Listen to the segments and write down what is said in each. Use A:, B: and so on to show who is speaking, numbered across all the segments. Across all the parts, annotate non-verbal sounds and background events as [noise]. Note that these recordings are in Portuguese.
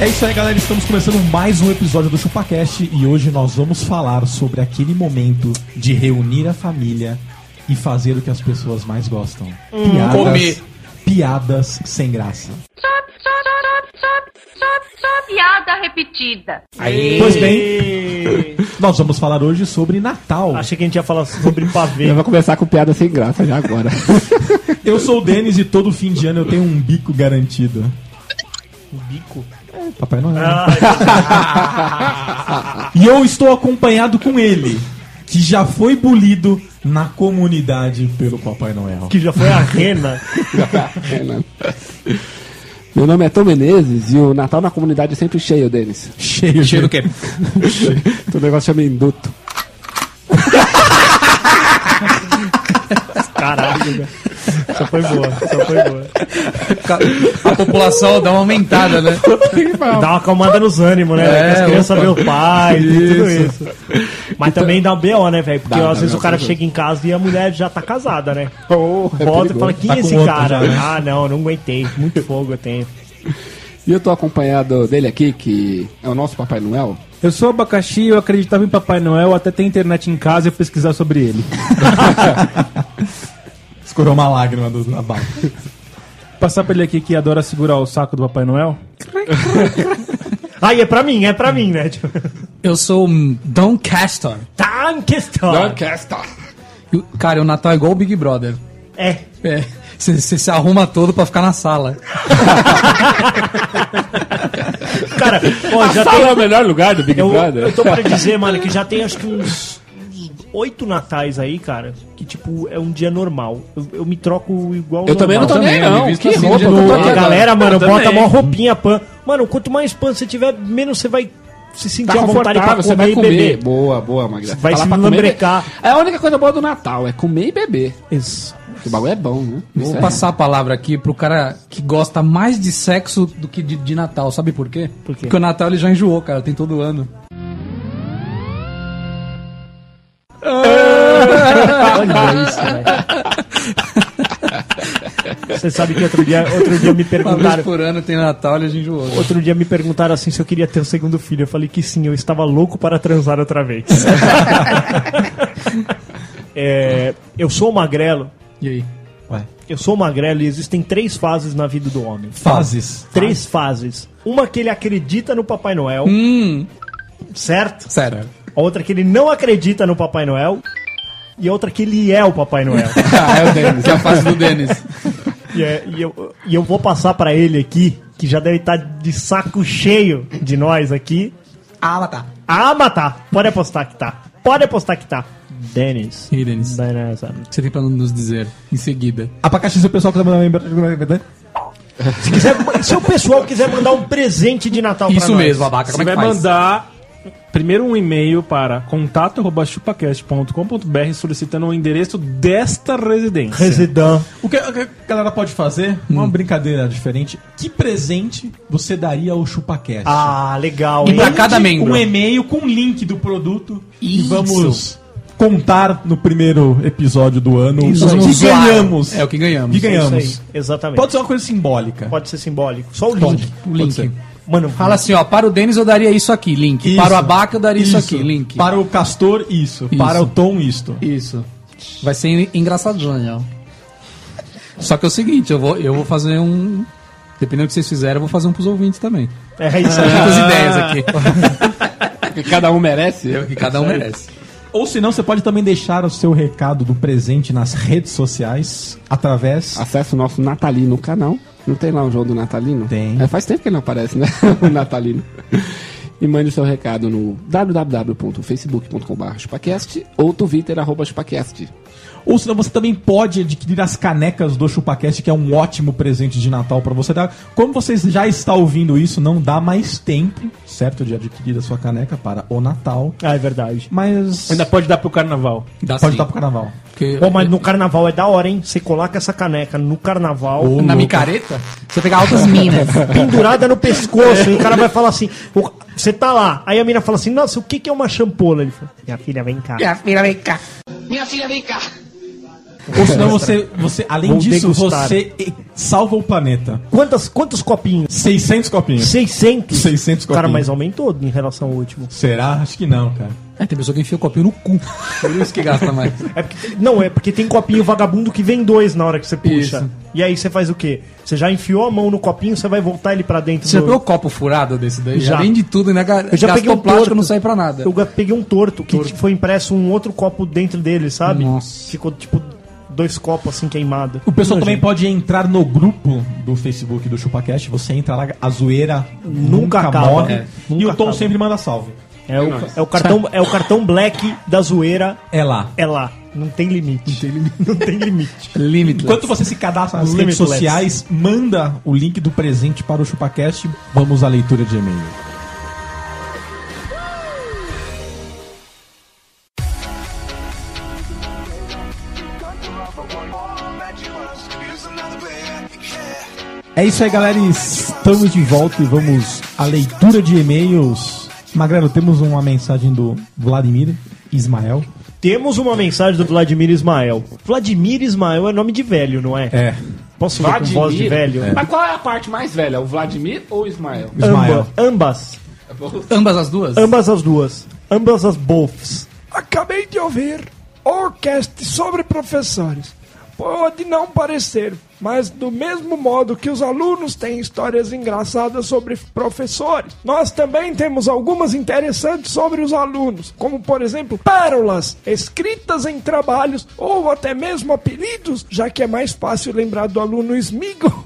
A: É isso aí, galera. Estamos começando mais um episódio do ChupaCast e hoje nós vamos falar sobre aquele momento de reunir a família e fazer o que as pessoas mais gostam: piadas,
B: comer.
A: piadas sem graça.
C: Só, só, só, só, só, só, só piada repetida.
A: Pois bem, nós vamos falar hoje sobre Natal.
D: Achei que a gente ia falar sobre pavê.
E: Eu vou começar com piada sem graça já agora.
A: Eu sou o Denis e todo fim de ano eu tenho um bico garantido. É,
D: o
F: Um
D: bico.
A: Papai Noel. né?
D: Ah,
F: Ah,
A: [laughs] E eu estou acompanhado com ele, que já foi bulido na comunidade pelo Papai Noel.
D: que já foi a rena.
E: [laughs] Meu nome é Tom Menezes e o Natal na comunidade é sempre cheio, Denis.
A: Cheio,
B: Cheiro que é
E: O um negócio chama induto.
D: Caralho, velho. Só foi boa, só foi boa.
B: a população dá uma aumentada, né?
D: Dá uma acalmada nos ânimos, né? velho? Que
B: É,
D: as crianças
B: opa.
D: veem o pai, tem tudo isso. Mas também dá um B.O., né, velho? Porque
E: Dá,
D: às
E: dá,
D: vezes o
E: graças
D: cara
E: a Deus.
D: chega em casa e a mulher já tá casada, né?
E: é
D: Volta e fala,
E: perigoso.
D: quem
A: Tá
D: é
A: com
D: esse
A: outro
D: cara?
A: já, né?
D: Ah, não, não aguentei. Muito fogo eu tenho.
E: E eu tô acompanhado dele aqui, que é o nosso Papai Noel.
F: Eu sou abacaxi, eu acreditava em Papai Noel, até ter internet em casa e eu pesquisar sobre ele. é.
A: Escorreu uma lágrima do, da barra.
F: Passar pra ele aqui que adora segurar o saco do Papai Noel.
D: Aí é pra mim, é pra mim, né? Tipo, [laughs]
B: Eu sou um Don Castor.
D: tá em questão.
E: é
B: E o- Cara, o Natal é igual o Big Brother.
D: É.
B: É. Você se arruma todo pra ficar na sala.
D: Cara, ó, já tem...
E: o melhor lugar do Big
D: Eu, eu tô pra dizer, mano, que já tem acho que uns uns oito natais aí, cara, que tipo, é um dia normal. Eu, eu me troco igual
E: [laughs] Eu também não tô
D: normal.
E: nem,
B: Também, eu
E: não.
B: me visto
E: Que
B: assim
E: roupa,
B: de
E: eu tô
B: novo.
E: aqui
D: A
B: Eu
E: agora.
D: galera, mano,
F: também.
D: bota mó roupinha pan. Mano, quanto mais pan você tiver, menos você vai se sentir
E: Tá
D: à vontade pra
E: confortável,
D: comer,
E: você vai
D: e
E: comer.
D: beber.
E: Boa, boa, Magra.
D: Vai
E: Falar
D: se
E: pra comer e beber.
D: lambrecar.
E: É a única coisa boa do Natal, é comer e beber.
D: Isso.
E: Porque o bagulho é bom, né?
B: Vou
E: Isso é-
B: passar a palavra aqui pro cara que gosta mais de sexo do que de, de Natal. Sabe por quê?
D: Por quê?
B: Porque o Natal ele já enjoou, cara. Tem todo ano.
D: Olha É isso,
E: [laughs]
D: velho. Você sabe que outro dia, outro dia me
B: Uma vez
D: perguntaram.
B: por ano tem Natal e a gente enjoou.
D: Outro dia me perguntaram assim se eu queria ter um segundo filho. Eu falei que sim, eu estava louco para transar outra vez. É, eu sou magrelo,
B: E aí?
A: Ué.
D: eu sou um magrelo e existem três fases na vida do homem.
A: Fases.
D: Três fases. Uma que ele acredita no Papai Noel,
B: Hum,
D: certo?
B: sério.
D: A outra que ele não acredita no Papai Noel. E a outra que ele é o Papai Noel.
B: [laughs] Ah, é o Denis. É a face do Denis.
D: e, é- e eu, e eu vou passar pra ele aqui, que já deve estar de saco cheio de nós aqui.
B: Ah, tá.
D: Ah, mas tá. Pode apostar que tá. Pode apostar que tá. Denis.
B: E aí, Denis?
D: Denis, ah.
B: O que você tem pra nos dizer em seguida?
D: Então,
A: Abacaxi, o pessoal que tá mandando embora.
D: Se, quiser- se o pessoal quiser mandar um presente de Natal pra
B: Isso
D: nós.
B: mesmo, abaca. Como
F: Você
B: é que
F: vai
B: faz?
F: mandar primeiro um e-mail para contato.chupacast.com.br solicitando o endereço desta residência.
D: Residão.
A: O que, o que a galera pode fazer?
B: Hum.
A: Uma brincadeira diferente. Que presente você daria ao ChupaCast?
D: Ah, legal,
B: E
D: hein?
B: pra cada membro.
A: Um e-mail com link do produto e
B: Isso.
A: vamos contar no primeiro episódio do ano
B: Isso aí.
A: o que
B: Claro.
A: ganhamos.
B: É o que ganhamos.
A: Que ganhamos.
D: Isso aí, exatamente.
A: Pode
D: Pode,
A: ser uma coisa simbólica.
D: ser simbólico. Só o
A: Pode.
D: link.
B: O um link.
D: Mano,
B: Fala assim, ó, para o Denis eu daria isso aqui, link.
A: Isso.
B: Para o Abaca eu daria isso, aqui, link.
A: Para o Castor, isso.
B: Isso.
A: Para o Tom, isto.
B: Isso. Vai ser en- engraçadinho, ó. Só que é o seguinte, eu vou, eu vou fazer um... Dependendo do que vocês fizerem, eu vou fazer um pros ouvintes também.
D: é isso aí.
B: Muitas ideias aqui.
E: Porque [laughs] cada um merece.
B: É o que cada um merece.
A: Ou se não, você pode também deixar o seu recado do presente nas redes sociais através.
E: Acesse o nosso Natalino canal. Não tem lá o jogo do Natalino?
A: Tem.
E: [laughs] É, faz tempo que ele não aparece, né? o Natalino. e mande o seu recado no www.facebook.com.br chupacast ou twitter arroba chupacast.
A: Ou senão você também pode adquirir as canecas do ChupaCast, que é um ótimo presente de Natal para você dar. Como vocês já está ouvindo isso, não dá mais tempo, certo, de adquirir a sua caneca para o Natal.
D: Ah, é verdade.
A: Mas
F: Ainda pode dar pro carnaval.
B: Dá
A: pode
B: sim.
A: dar pro carnaval. [laughs]
B: Porque-
D: Pô, mas no carnaval é da hora, hein? Você coloca essa caneca no carnaval,
B: Na micareta, você pega
D: [laughs]
B: altas minas.
D: pendurada no pescoço, e o cara vai falar assim: o- você tá lá. Aí a mina fala assim: nossa, o que, que é uma champola? Ele fala: minha filha, vem cá.
A: Ou senão você, você além
D: Vou
A: disso,
D: degustar.
A: você eh, salva o planeta.
D: Quantas, quantos copinhos?
A: 600 copinhos.
D: 600?
A: 600
D: Cara,
A: copinhos.
D: mas aumentou em relação ao último.
A: Será? Acho que não, cara.
B: É, tem pessoa que enfia o copinho no cu. Por isso que gasta mais.
D: É porque- não, é porque tem copinho vagabundo que vem dois na hora que você puxa.
B: Isso.
D: E aí você faz o quê? Você já enfiou a mão no copinho, você vai voltar ele pra dentro
B: Você já
D: do-
B: pegou o copo furado desse daí?
D: Já.
B: Além de tudo, né? Ga-
D: Eu já
B: gastou
D: peguei um
B: plástico
D: torto.
B: não sai pra nada.
D: Eu ga- peguei um torto, que t- foi impresso um outro copo dentro dele, sabe?
B: Nossa.
D: Ficou tipo dois copos assim queimados.
A: O pessoal também pode entrar no grupo do Facebook do ChupaCast. Você entra lá, a zoeira nunca, né?
D: acaba,
A: morre.
D: é.
A: e
D: Nunca
A: o Tom
D: acaba.
A: sempre manda salve.
D: É o, é o cartão, é o cartão black da zoeira,
A: É lá.
D: é lá. Não tem limite. Não tem limite.
B: Limitless.
A: Enquanto você se cadastra nas redes
D: Limitless.
A: sociais, manda o link do presente para o ChupaCast. Vamos à leitura de e-mail. É isso aí, galera. Estamos de volta e vamos à leitura de e-mails. Magrano, temos uma mensagem do Vladimir Ismael.
D: Temos uma mensagem do Vladimir Ismael. Vladimir Ismael é nome de velho, não é?
A: É,
D: Posso ver com voz de velho?
E: Mas qual é a parte mais velha? O Vladimir ou o Ismael?
A: Ismael.
D: Amba- ambas.
B: Ambas as duas?
D: Ambas as duas. Ambas as boths.
G: Acabei de ouvir o cast sobre professores. Pode não parecer, mas do mesmo modo que os alunos têm histórias engraçadas sobre professores, nós também temos algumas interessantes sobre os alunos, como por exemplo pérolas escritas em trabalhos ou até mesmo apelidos, já que é mais fácil lembrar do aluno esmigo.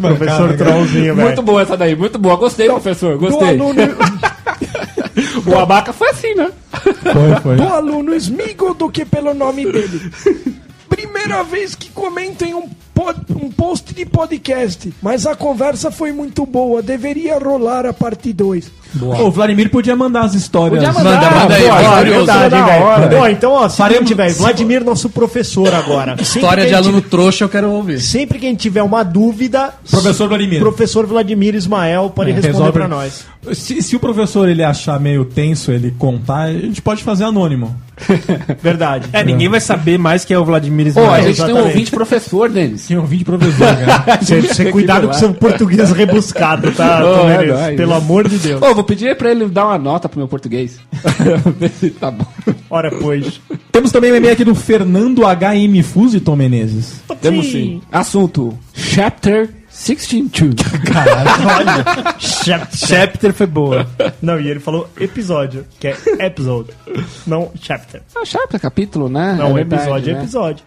D: Professor Trollzinho,
E: É. Muito
D: velho.
E: boa essa daí, muito boa. Gostei, professor,
G: Do
E: gostei.
G: aluno,
E: O abaca foi assim, né?
A: foi, [laughs] foi.
D: [laughs]
G: do aluno Smigol do que pelo nome dele. Primeira vez que comentem um, pod- um post de podcast, mas a conversa foi muito boa, deveria rolar a parte 2.
A: O Vladimir podia mandar as histórias.
E: Ah,
B: Manda, manda
E: assim,
B: aí.
D: Ó,
E: né? é
B: vai, curioso.
D: verdade, hein, velho. Ó, então, ó, seguinte,
A: Faremos-
D: velho. Vladimir, nosso professor agora. Sempre
B: História
D: que
B: de
D: a gente-
B: aluno trouxa eu quero ouvir.
D: Sempre que a gente tiver uma dúvida,
A: Professor Vladimir. É,
D: professor Vladimir Ismael pode responder
A: Resolve-
D: pra nós.
A: Se, se o professor ele achar meio tenso ele contar, a gente pode fazer anônimo.
D: Verdade.
F: É, ninguém vai saber mais que é o Vladimir
E: Pô,
F: Ismael.
E: a gente tem um
D: exatamente.
E: ouvinte professor, Denis.
A: Tinha um vídeo professor, [laughs] cara.
D: É. Você, você cuidado com seu português rebuscado, tá?
E: Oh,
D: Tom
E: é
D: Menezes?
E: nóis.
D: Pelo amor de Deus.
E: Ô, vou pedir pra ele dar uma nota pro meu [laughs] português. Ver se tá bom.
D: Ora, pois.
A: Temos também o e-mail aqui do Fernando HM Fuso Tom Menezes.
E: Temos sim. Assunto: Chapter 162.
D: Chap-
A: É,
D: chap-
F: Chapter foi boa.
D: Não, e ele falou episódio, que é episode, não chapter.
E: Ah, chapter, capítulo, né?
D: Não,
E: É verdade,
D: episódio é
E: né?
D: episódio.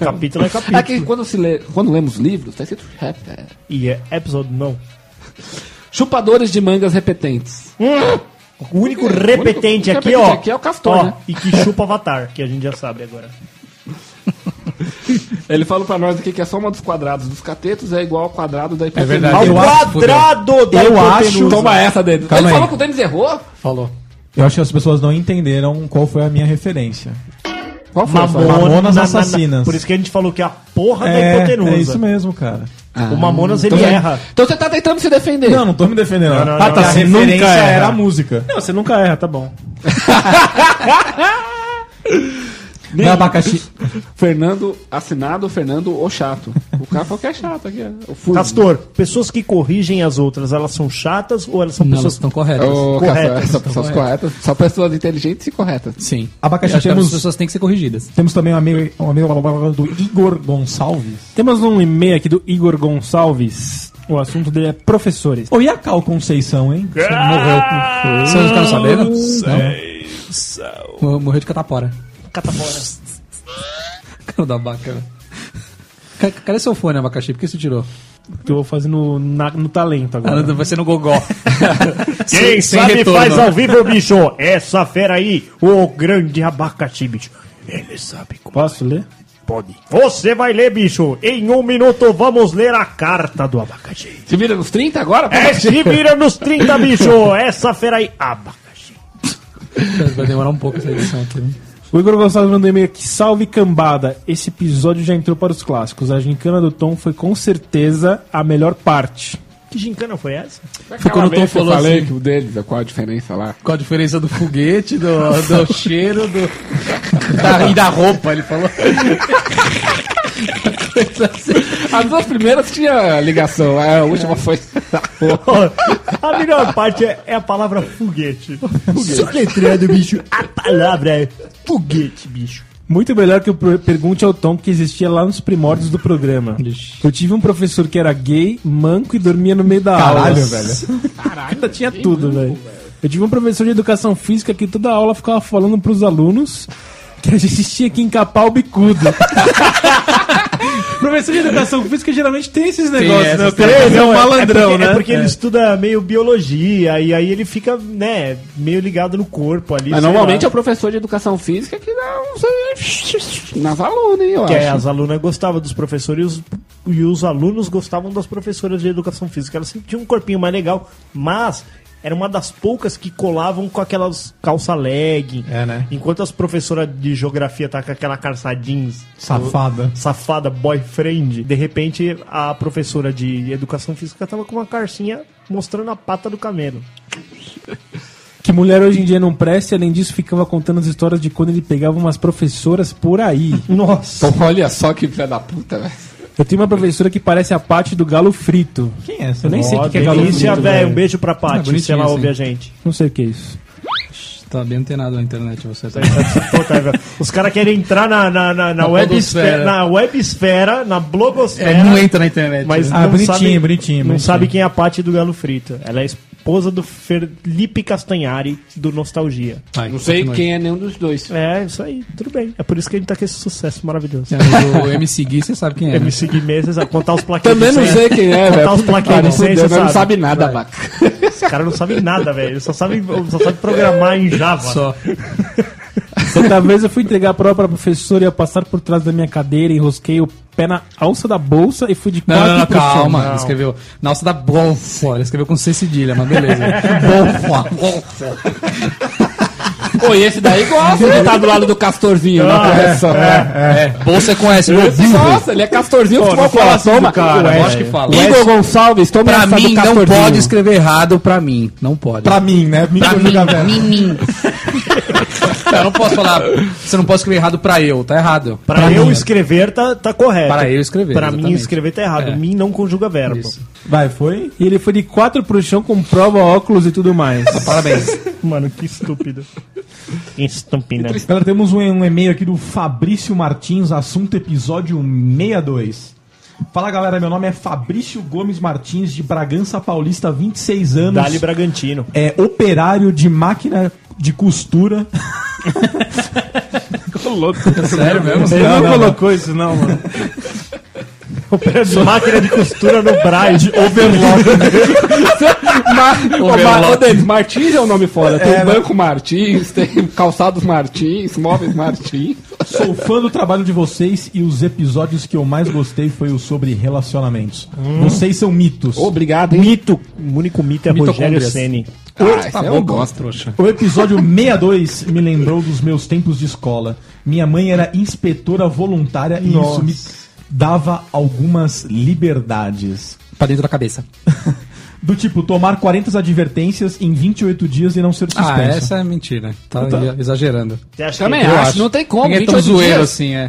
D: Capítulo é capítulo.
E: É que quando, se lê, quando lemos livros, tá escrito chapter.
D: E é episódio, não.
E: Chupadores de mangas repetentes.
D: O
E: o único
D: único repetente aqui,
E: repetente
D: ó.
E: aqui é o Castor,
D: ó,
E: né?
D: E que chupa Avatar, que a gente já sabe agora.
E: Ele falou pra nós aqui que a soma dos quadrados dos catetos é igual ao quadrado da hipotenusa.
B: verdade.
D: Ao
B: Eu acho-
D: quadrado da
A: Eu
D: hipotenusa.
A: acho-
E: Toma essa, Denis.
A: Calma
E: ele
A: aí.
E: falou que o Denis errou?
B: Falou.
A: Eu acho que as pessoas não entenderam qual foi a minha referência.
E: Qual foi
D: Mamona-
E: a sua?
A: Mamonas
D: na- na-
A: Assassinas.
D: Por isso que a gente falou que é a porra
A: É,
D: da hipotenusa.
A: é isso mesmo, cara.
D: O Mamonas ele
E: Então você-
D: erra.
E: Então você tá tentando se defender.
A: Não, não tô me defendendo.
D: Não, não, não,
A: tá,
D: não.
A: a referência
F: Nunca era.
A: era a música.
F: Não, você nunca erra, tá bom.
A: Não, abacaxi.
E: Fernando assinado, Fernando o chato. O cara falou que é chato aqui. é. O Fuso.
D: Castor, pessoas que corrigem as outras, elas são chatas ou elas são
B: Não, elas
D: pessoas.
B: estão corretas.
E: Ô,
D: Corretas,
E: Castor, são
D: são
E: pessoas corretas. São pessoas inteligentes e corretas.
B: Sim.
A: Abacaxi,
B: Eu acho que
A: temos-
B: As pessoas têm que ser corrigidas.
A: Temos também um e-mail um e-mail do Igor Gonçalves.
F: Temos um e-mail aqui do Igor Gonçalves. O assunto dele é professores.
A: Ou e a Cal Conceição, hein? Você morreu.
B: Vocês não ficaram sabendo? Não. Morreu de catapora. [laughs]
D: Catapora.
B: né? Cara da vaca. Ca- Cadê seu fone, abacaxi? Por que você tirou?
F: Porque eu vou fazer no, na- no talento agora.
B: Vai ser Ah, no [laughs] Gogó.
D: Quem
B: Sem- sem
D: sabe
B: retorno.
D: faz ao vivo, bicho. Essa fera aí, o grande abacaxi, bicho. Ele sabe como
F: Posso ler?
D: pode. Você vai ler, bicho. Em um minuto vamos ler a carta do abacaxi.
E: Se vira nos 30 agora?
D: É, se vira nos 30, bicho. Essa fera aí, abacaxi.
B: Vai demorar um pouco essa edição aqui. né?
F: O Igor Gonçalves mandou um e-mail aqui. Salve cambada! Esse episódio já entrou para os clássicos. A gincana do Tom foi com certeza a melhor parte.
D: Que gincana foi essa?
E: Foi
B: quando o Tom
E: que eu
B: falou
E: falei
B: assim.
E: que o dele, qual a diferença lá?
B: Qual a diferença do foguete, do, [laughs] do cheiro, do. da- e [laughs] da roupa, ele falou.
E: As duas primeiras tinha ligação, é, a última foi.
D: A melhor parte é, é a palavra foguete. Soletrando, bicho. A palavra é foguete, bicho.
F: Muito melhor que eu per- pergunte ao Tom que existia lá nos primórdios do programa. Eu tive um professor que era gay, manco e dormia no meio da aula.
A: Caralho,
F: velho. Ainda tinha tudo, velho. Eu tive um professor de educação física que toda aula ficava falando pros alunos que a gente tinha que encapar o bicudo. [laughs] professor de educação física geralmente tem esses negócios, né?
B: essas
F: O cara é um malandrão,
D: é porque,
F: né?
D: É porque ele estuda meio biologia e aí ele fica, né, meio ligado no corpo ali.
E: Mas
D: sei
E: normalmente é
D: lá.
E: o professor de educação física que dá uns. nas alunas, hein, eu
D: que é,
E: acho.
D: as alunas gostavam dos professores e os, e os alunos gostavam das professoras de educação física. Elas sempre tinham um corpinho mais legal, mas era uma das poucas que colavam com aquelas calça leg.
A: É, né?
D: Enquanto as professoras de geografia tá com aquela calça jeans
A: Safada.
D: safada, boyfriend, de repente a professora de educação física tava com uma carcinha mostrando a pata do camelo.
F: Que mulher hoje em dia não presta e além disso ficava contando as histórias de quando ele pegava umas professoras por aí.
D: Nossa!
E: Então, olha só que filha da puta, velho.
F: Eu tenho uma professora que parece a parte do galo frito.
A: Quem é essa?
F: Eu nem sei o que que é galo
D: Delícia,
F: frito.
D: velho. Um
F: velho.
D: beijo pra Paty, se
B: bonitinho,
D: ela ouve
B: assim.
D: a gente.
F: Não sei o que é isso.
B: Tá bem antenado na internet você. Tá?
D: Pô, tá, velho. Os caras querem entrar na, na, na, na,
B: Na
D: websfera,
B: podosfera.
D: na websfera, na blogosfera,
B: É, não entra na internet.
D: mas
B: né?
A: Ah,
D: não
A: bonitinho,
D: sabe,
A: bonitinho,
D: Não
A: bonitinho.
D: sabe quem é a Paty do Galo Frito. Ela é esposa do Felipe Castanhari, do Nostalgia.
B: Vai,
E: Não sei
B: continua aí.
E: quem é nenhum dos dois.
D: É, isso aí. Tudo bem. É por isso que a gente tá com esse sucesso maravilhoso.
B: É, mas o MC Gui, você sabe quem é.
D: É.
B: né?
D: Me seguir mesmo, sabe? contar os plaquetes.
E: Também não
D: né?
E: sei quem é, velho.
D: Contar
E: Ah,
D: os
E: não
D: plaquetes,
E: fudeu,
D: você
E: não
D: sabe.
E: sabe nada, Baca.
D: Esse cara não sabe nada, velho. Ele só sabe, só sabe programar em Java.
B: Só.
F: Certa vez eu fui entregar a prova pra professora e ia passar por trás da minha cadeira, enrosquei o pé na alça da bolsa e fui de
B: Não, não, não,
F: pro chão.
B: calma. Ele escreveu. Nossa, da Bonfa. Ele escreveu com C cedilha, mas beleza. Bonfa. Bonfa.
E: Pô, e esse daí gosta de
B: tá
E: estar do lado do Castorzinho
B: né?
E: na correção.
B: Bolsa é com S, meu
E: Esse gosta, ele é Castorzinho, futebol fala, toma.
B: assim, Cara, eu acho que fala.
E: Igor Gonçalves, toma
B: Pra
E: essa do
B: mim, não
E: Castorzinho.
B: pode escrever errado pra mim. Não pode.
A: Pra mim, né? Mim
B: Pra
A: que eu
B: mim,
A: nunca vi.
B: mim, mim. Eu não posso falar. Você não pode escrever errado pra eu, tá errado.
D: Pra, eu
B: mim.
D: escrever, tá, tá correto.
B: Pra eu escrever,
D: Pra mim
B: exatamente.
D: escrever tá errado.
B: É.
D: Mim não conjuga verbo.
B: Isso.
A: Vai, foi?
F: E ele foi de quatro pro chão com prova, óculos e tudo mais.
B: Parabéns.
D: [laughs] Mano, que estúpido. Estúpido.
A: Galera, temos um, um e-mail aqui do Fabrício Martins, assunto episódio 62. Fala galera, meu nome é Fabrício Gomes Martins, de Bragança Paulista, 26 anos.
D: Dali Bragantino. [laughs]
A: é operário de máquina de
F: [laughs]
A: costura.
B: Sério mesmo?
F: Ele não,
A: não,
F: colocou isso, não, mano.
D: Máquina de costura no Brás. Overlock.
E: [laughs] Ma- Ô, Ma- ô, Denis, Martins é o nome fora. Tem
A: É,
E: Banco Martins, tem um Calçados Martins, Móveis Martins.
A: Sou fã do trabalho de vocês e os episódios que eu mais gostei foi o sobre relacionamentos. Vocês são mitos.
E: Obrigado, hein?
D: Mito. O único mito é Rogério
B: Mitocôndrias.
D: Ceni.
E: Ah, esse é um bosta.
B: trouxa.
A: O episódio 62 me lembrou dos meus tempos de escola. Minha mãe era inspetora voluntária e isso me dava algumas liberdades.
B: Pra dentro da cabeça.
A: Do tipo, tomar 40 advertências em 28 dias e não ser suspenso.
B: Ah, essa é mentira. Tá exagerando.
D: Você acha
E: Também
D: que...
E: acho, não tem como.
B: Ninguém é tão
E: 28
B: zoeiro
E: dias.
B: assim, é.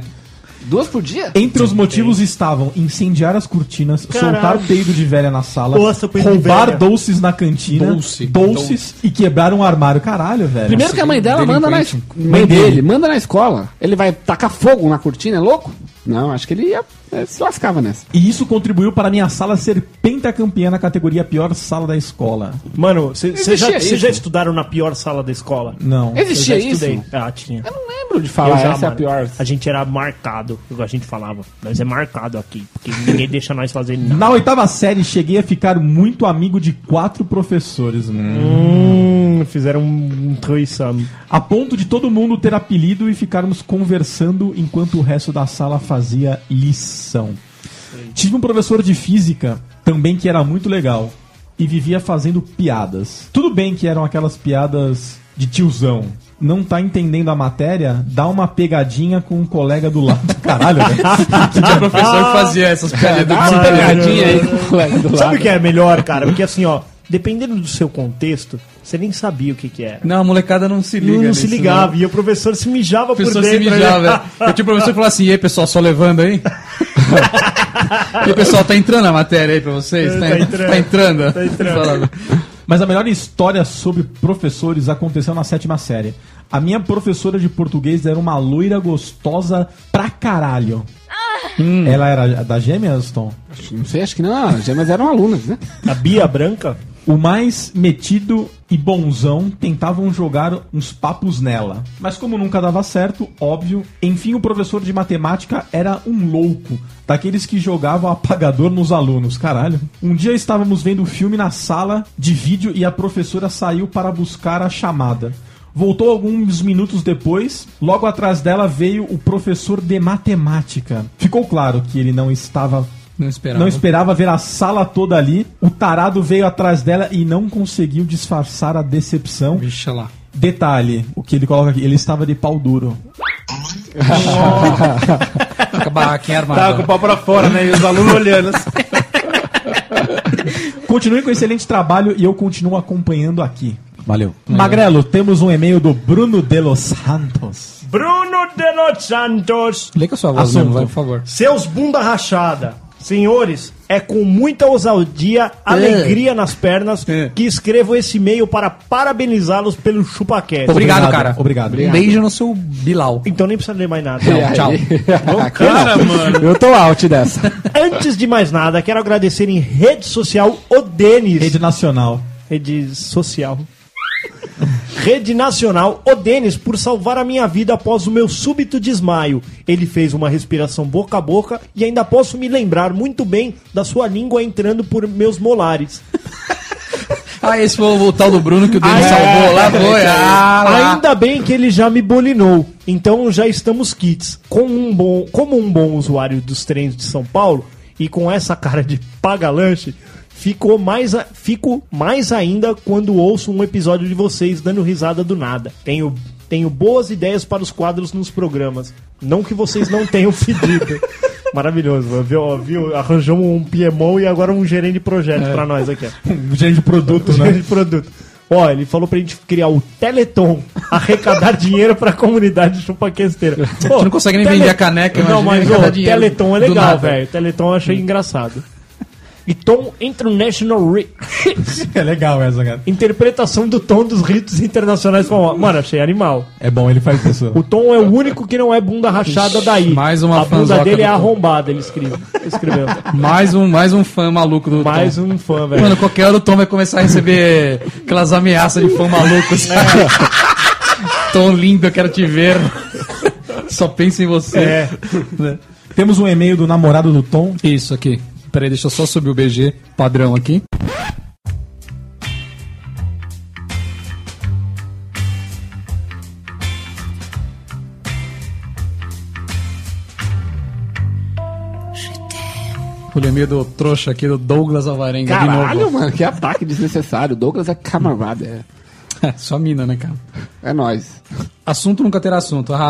E: Duas por dia?
A: Entre os motivos estavam incendiar as cortinas,
D: Caralho.
A: soltar peido de velha na sala,
D: Nossa, peido de
A: roubar
D: velha.
A: doces na cantina,
B: Doce.
A: doces e quebrar um armário. Caralho, velho.
E: Primeiro que a mãe dela manda na es-
B: delinquente.
E: mãe
A: Mãe dele.
E: dele, manda na escola. Ele vai tacar fogo na cortina, é louco? Não, acho que ele ia É, se lascava nessa.
A: E isso contribuiu para a minha sala ser pentacampeã na categoria pior sala da escola.
D: Mano, vocês já,
E: Existia
D: cê já
E: isso?
D: estudaram na pior sala da escola?
A: Não.
E: Existia
D: eu já
E: isso?
D: estudei. Ah, tinha.
E: Eu não lembro de falar,
D: Eu já,
E: essa é a
D: mano.
E: pior.
D: A gente era marcado, igual a gente falava. Nós é marcado aqui, porque ninguém [laughs] deixa nós fazer nada.
A: Na oitava série, cheguei a ficar muito amigo de quatro professores, mano.
D: Hum, fizeram um threesome.
A: A ponto de todo mundo ter apelido e ficarmos conversando enquanto o resto da sala fazia lição. Tive um professor de física também que era muito legal e vivia fazendo piadas. Tudo bem que eram aquelas piadas de tiozão. Não tá entendendo a matéria? Dá uma pegadinha com um colega do lado. [laughs] Caralho, né? velho.
D: Ah,
B: O professor que fazia
D: [laughs]
B: essas piadas do
D: Mano,
E: Pegadinha aí
D: [laughs]
E: com o colega do
D: Sabe
E: lado.
D: o que é melhor, cara? Porque assim, ó, dependendo do seu contexto, você nem sabia o que que era.
B: Não, a molecada não se liga.
D: Não, não
B: nisso,
D: se
B: né?
D: ligava, e o professor se mijava
B: O professor
D: por
B: se
D: dentro. né?
B: mijava. Eu tinha o professor que falava assim, e aí, pessoal, só levando aí? [laughs] e aí, pessoal, tá entrando a matéria aí pra vocês?
D: É,
B: Tá,
D: tá
B: en-
D: entrando.
B: tá entrando.
D: Tá entrando.
B: Falava.
A: Mas a melhor história sobre professores aconteceu na sétima série. A minha professora de português era uma loira gostosa pra caralho. Ela era da Gêmeas, Tom?
E: Não sei, acho que não, mas eram alunas, né?
D: [laughs] A Bia Branca?
A: O mais metido e bonzão tentavam jogar uns papos nela. Mas como nunca dava certo, óbvio, enfim, o professor de matemática era um louco, daqueles que jogavam apagador nos alunos, caralho. Um dia estávamos vendo o filme na sala de vídeo e a professora saiu para buscar a chamada. Voltou alguns minutos depois, logo atrás dela veio o professor de matemática. Ficou claro que ele não estava
B: Não esperava.
A: não esperava ver a sala toda ali. O tarado veio atrás dela e não conseguiu disfarçar a decepção.
B: Vixa lá.
A: Detalhe, o que ele coloca aqui, ele estava de pau duro.
B: Tá com a barraquinha armada.
F: Tava com o pau pra fora, né? E os alunos olhando. assim.
A: Continue com o excelente trabalho e eu continuo acompanhando aqui. Valeu. Magrelo, temos um e-mail do Bruno de los Santos.
D: Bruno de los Santos.
B: Lê com a sua voz
A: Assunto.
B: mesmo, vai, por favor.
D: Seus bunda rachada. Senhores, é com muita ousadia, alegria nas pernas
B: É.
D: que escrevo esse e-mail para parabenizá-los pelo ChupaCast.
B: Obrigado, cara.
A: Obrigado.
B: Um beijo no seu Bilal.
D: Então nem precisa ler mais
B: [laughs]
D: nada.
B: Não, tchau. [laughs]
F: Cara, mano.
E: [laughs] Eu tô out dessa.
D: Antes de mais nada, quero agradecer em rede social o Denis.
A: Rede Nacional.
D: Rede social. Rede Nacional, o Denis, por salvar a minha vida após o meu súbito desmaio. Ele fez uma respiração boca a boca e ainda posso me lembrar muito bem da sua língua entrando por meus molares.
B: Ah, esse foi o tal do Bruno que o
D: Ah,
B: Denis
D: é.
B: salvou lá, foi. Ah, lá.
D: Ainda bem que ele já me bolinou, então já estamos kits. Com um bom, como um bom usuário dos trens de São Paulo e com essa cara de paga-lanche, ficou mais a- fico mais ainda quando ouço um episódio de vocês dando risada do nada. Tenho, tenho boas ideias para os quadros nos programas. Não que vocês não tenham [laughs] pedido. Maravilhoso, viu? viu? Arranjamos um PMO e agora um gerente de projeto pra nós aqui. ó.
A: Gente de produto,
D: Gerente de produto. Ó, ele falou pra gente criar o Teleton, arrecadar [laughs] dinheiro pra comunidade chupaquesteira.
B: [laughs]
D: Pô,
B: gente não consegue nem vender a caneca,
D: Não,
B: imagina
D: mas
B: arrecadar
D: o
B: dinheiro
D: Teleton é
B: do
D: legal,
B: nada.
D: velho. Teleton eu achei engraçado. E Tom International Rites.
A: É legal essa, cara.
D: [laughs] Interpretação do Tom dos ritos internacionais. famosos. Mano, achei animal.
A: É bom, ele faz [laughs] isso.
D: O Tom é o único que não é bunda rachada daí.
B: mais uma
D: A bunda
B: fanzoca
D: dele é
B: do Tom.
D: arrombada, ele escreve-
B: [laughs]
D: escreveu.
B: Mais um, mais um fã maluco do
D: Mais
B: Tom.
D: um fã, velho.
B: Mano, qualquer hora o Tom vai começar a receber aquelas ameaças de fã maluco, sabe?
D: É.
B: [laughs] Tom lindo, eu quero te ver. Só pensa em você.
D: É.
A: Temos um e-mail do namorado do Tom.
B: Isso aqui. Peraí, deixa eu só subir o BG padrão aqui. Olha meio do trouxa aqui do Douglas Alvarenga de
E: Caralho,
B: novo.
E: mano, que ataque desnecessário. Douglas é camarada.
B: [laughs] Só mina, né, cara?
E: É nóis.
B: Assunto nunca terá assunto. Ah, ah,